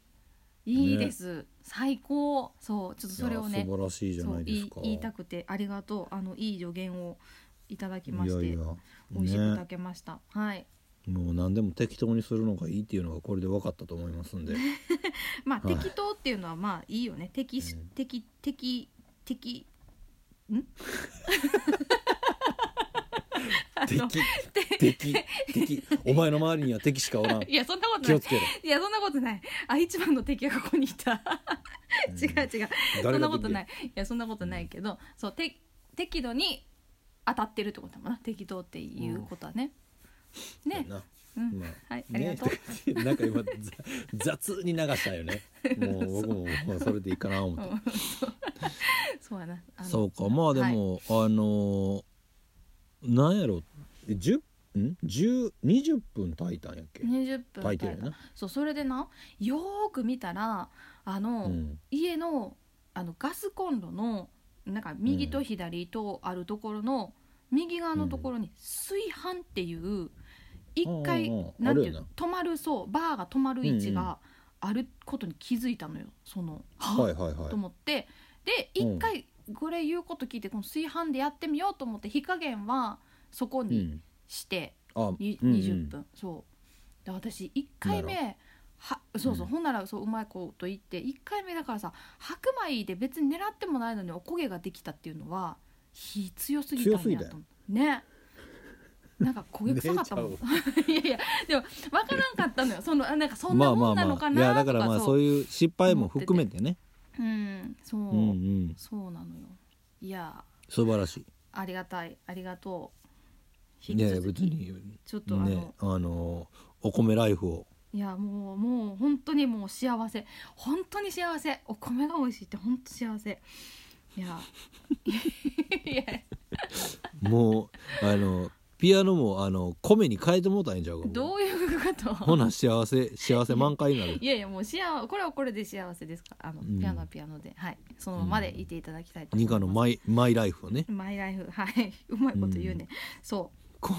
B: いい
A: ね
B: です、最高そうちょっとそれを
A: いや
B: ね
A: 素晴らしいじゃ
B: そ
A: な
B: う
A: いです
B: い
A: か
B: 言いたくてありがとうあのいい助言をいただきまして
A: いやいや
B: 美味しく
A: ね
B: 炊けました、はい
A: もう何でも適当にするのがいいっていうのがこれで分かったと思います んで
B: まあ、
A: はい
B: 適当っていうのはまあいいよね適し
A: うん
B: 適適適
A: 敵敵敵お前の周りには敵しか おらん
B: いやそんなこと
A: 気
B: な
A: を
B: い
A: つけろ
B: いやそんなことないあ一番の敵はここにい た違う違うそんなことないいいやそんなことないけど、そうて適度に当たってるってことだもんな適当っていうことはね、ね、
A: な
B: うん
A: まあ
B: はいありが
A: ね
B: とう、
A: なんか今ざ雑に流した よね もう僕もまあそれでいいかな思って
B: うんそうそうやな あの
A: そうかまあでも、あのーなんやろ10ん10 20分炊いたんやっけ
B: 20分
A: 炊いて
B: 耐
A: るよ
B: えた
A: な
B: そうそれでなよーく見たらあの、
A: うん
B: 家のあのガスコンロのなんか右と左とあるところの右側のところに炊飯っていう一回
A: うんうんうん
B: なんていう
A: あるよ
B: の止まるそうバーが止まる位置があることに気づいたのよそのは
A: はいはい
B: っ
A: は
B: と
A: い
B: 思ってで
A: うん
B: 一回これ言うこと聞いてこの炊飯でやってみようと思って火加減はそこ
A: う
B: に
A: ん
B: して
A: あ
B: に
A: うんうん
B: 20分そうで私1回目はそうそう、
A: うん
B: ほんならそううまいこと言って1回目だからさ白米で別に狙ってもないのにおこげができたっていうのは火強すぎた
A: 強す
B: ん
A: ぎ
B: や
A: たよ
B: と思うねなんか焦げ臭かったも ん、
A: ね
B: いやいやでも分からんかったのよそのあなんかそん
A: ま
B: な
A: あま
B: もん
A: あ
B: なの
A: ま
B: か
A: あい
B: な
A: や
B: とか
A: だからまあ
B: そ
A: そうういう失敗も含めてね
B: うんそう、
A: うんうん
B: そうなのよいや
A: 素晴らし
B: ありがたいありがと
A: い
B: う引
A: い
B: き
A: やいや
B: 続
A: 別
B: き
A: に
B: ちょっとあの、
A: ねあのお米ライフを
B: いやもうもう本当にもう幸せ本当に幸せお米が美味しいって本当幸せいやいや
A: もうあのピアノもあの米に変えてもうたらええんちゃうかも
B: どういうこと
A: ほな幸せ幸せ満開になる
B: いやいやもう幸せこれはこれで幸せですからあの、
A: うん
B: ピアノはピアノではいそのままでいていただきたいと思い
A: ニ
B: ます、
A: カのマイマイライフをね
B: マイライフはい うまいこと言うね、そう
A: こ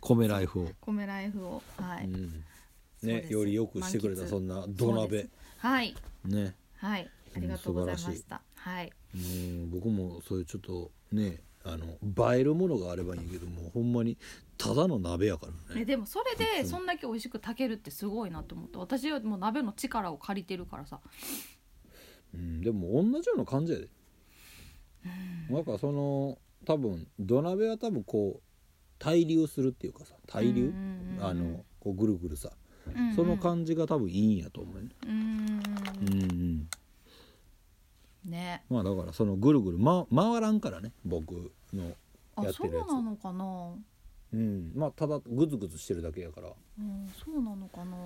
A: 米ライフを、
B: 米ライフをはい、
A: うん
B: そうで
A: ね
B: す
A: よりよくしてくれ
B: 満
A: た
B: 喫
A: そんな土
B: そう
A: 鍋
B: ですはい
A: ね
B: はいありがとうございましたはい
A: うん僕もそういうちょっとねあの映えるものがあればいいんやけどもうほんまにただの鍋やからね
B: えでもそれ
A: い
B: で
A: つも
B: そんだけ美味しく炊けるってすごいなと思って私はもう鍋の力を借りてるからさ
A: うん、でも同じような感じやで、なんかその多分土鍋は多分こう対流するっていうかさ対流、
B: うんうんうん
A: あのこうぐるぐるさ、
B: うんうん
A: その感じが多分いいんやと思うね、
B: うんうん
A: う
B: うん
A: んうん、
B: ね
A: まあだからそのぐるぐる、ま、回らんからね僕の
B: あ
A: やって
B: そう
A: るやつ
B: なのかな
A: うんまあただグツグツしてるだけやから、
B: うんそうなのかな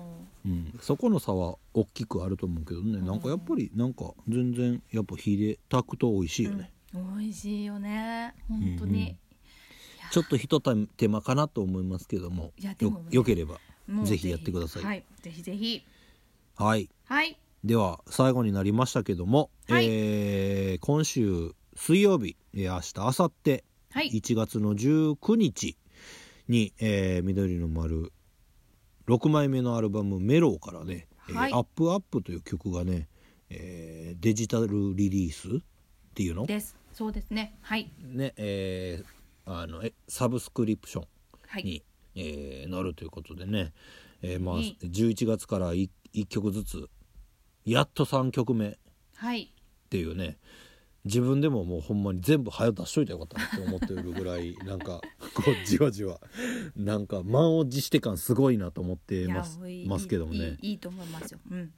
A: うん、そこの差は大きくあると思うけどね、
B: ん
A: なんかやっぱりなんか全然やっぱ火で炊くと美味しいよね、
B: うん美味しいよね本当に、
A: ちょっとひと手間かなと思いますけども
B: いやでも
A: よ
B: ね
A: よければ
B: もう
A: ぜひやってください
B: はいぜひぜひ
A: はい
B: はい
A: では最後になりましたけども、
B: はい
A: えー今週水曜日えー明日明後日
B: はい
A: 1月の19日に、えー緑の丸6枚目のアルバム「メロー」からね「えー
B: はい
A: アップアップ」という曲がね、えーデジタルリリースっていうの,、
B: ですそうですねはい
A: ねえーあのえサブスクリプション
B: はい
A: に、えーなるということでね、えーまあ、
B: いい
A: 11月から 1, 曲ずつやっと3曲目っ
B: はい
A: ていうね自分でももうほんまに全部早出しといてよかったなって思ってるぐらいなん かこうじわじわなんか満を持して感すごいなと思ってます
B: いやいい
A: ますけども
B: い
A: ね
B: いいいと思いますようん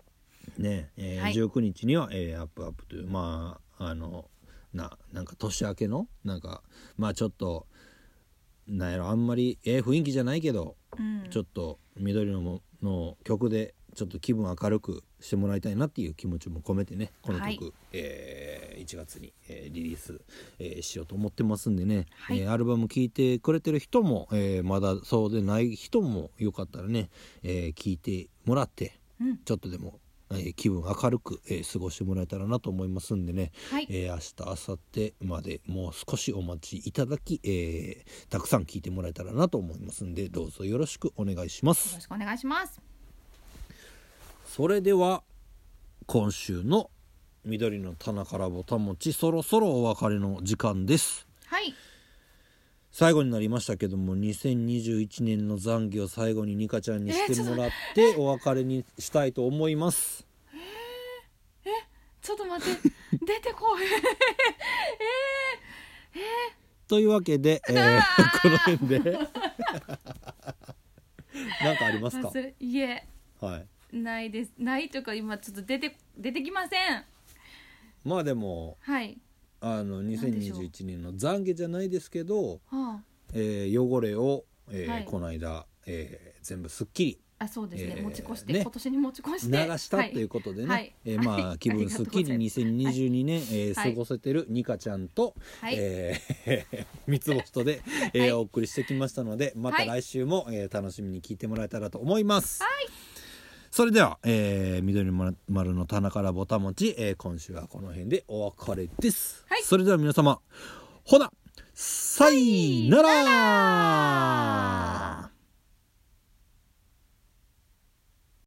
A: ね、えー
B: はい
A: 19日には、えーアップアップ」というまああのななんか年明けのなんかまあちょっとなんやろあんまりええ雰囲気じゃないけど
B: うん
A: ちょっと緑のもの曲でちょっと気分明るくしてもらいたいなっていう気持ちも込めてねこの曲、
B: はい
A: えー1月に、えーリリース、えーしようと思ってますんでね、
B: はい
A: えーアルバム聴いてくれてる人も、えーまだそうでない人もよかったらね聴、えー聴いてもらって
B: うん
A: ちょっとでも、えー気分明るく、えー過ごしてもらえたらなと思いますんでね、
B: はい
A: えー明日明後日までもう少しお待ちいただき、えーたくさん聞いてもらえたらなと思いますんでどうぞよろしくお願いしま
B: よろ
A: す
B: しくお願いします
A: それでは今週の「緑の棚からぼたもち」そろそろお別れの時間です
B: はい
A: 最後になりましたけども2021年の残業を最後にニカちゃんにしてもらってお別れにしたいと思います
B: ちょっと待 って出てこ へん
A: というわけ で、えーこの辺で なんかありますか
B: 忘れいえ
A: はい
B: ないですないというか今ちょっと出て出てきません
A: まあでも
B: はい
A: あの
B: なんでしょう
A: 2021年の懺悔じゃないですけど、
B: は
A: えー汚れを、えー
B: はい
A: この間、えー全部すっきり
B: ああそうですね、
A: えー
B: 持ち越して、
A: ね
B: 今年に持ち越し
A: 流
B: て
A: したということでね、
B: はいはい
A: えーま
B: は
A: あ
B: い
A: 気分すっきり
B: あり
A: 2022年、えー
B: はい
A: 過ごせてるニカちゃんと、
B: はい
A: えー 三つ星とで、えー
B: はい
A: お送りしてきましたのでまた
B: はい
A: 来週も、えー楽しみに聞いてもらえたらと思います。それでは、えー、緑の丸の棚からぼたもち、えー今週はこの辺でお別れです。
B: はい
A: それでは皆様、ほな、さいなら
B: さいなら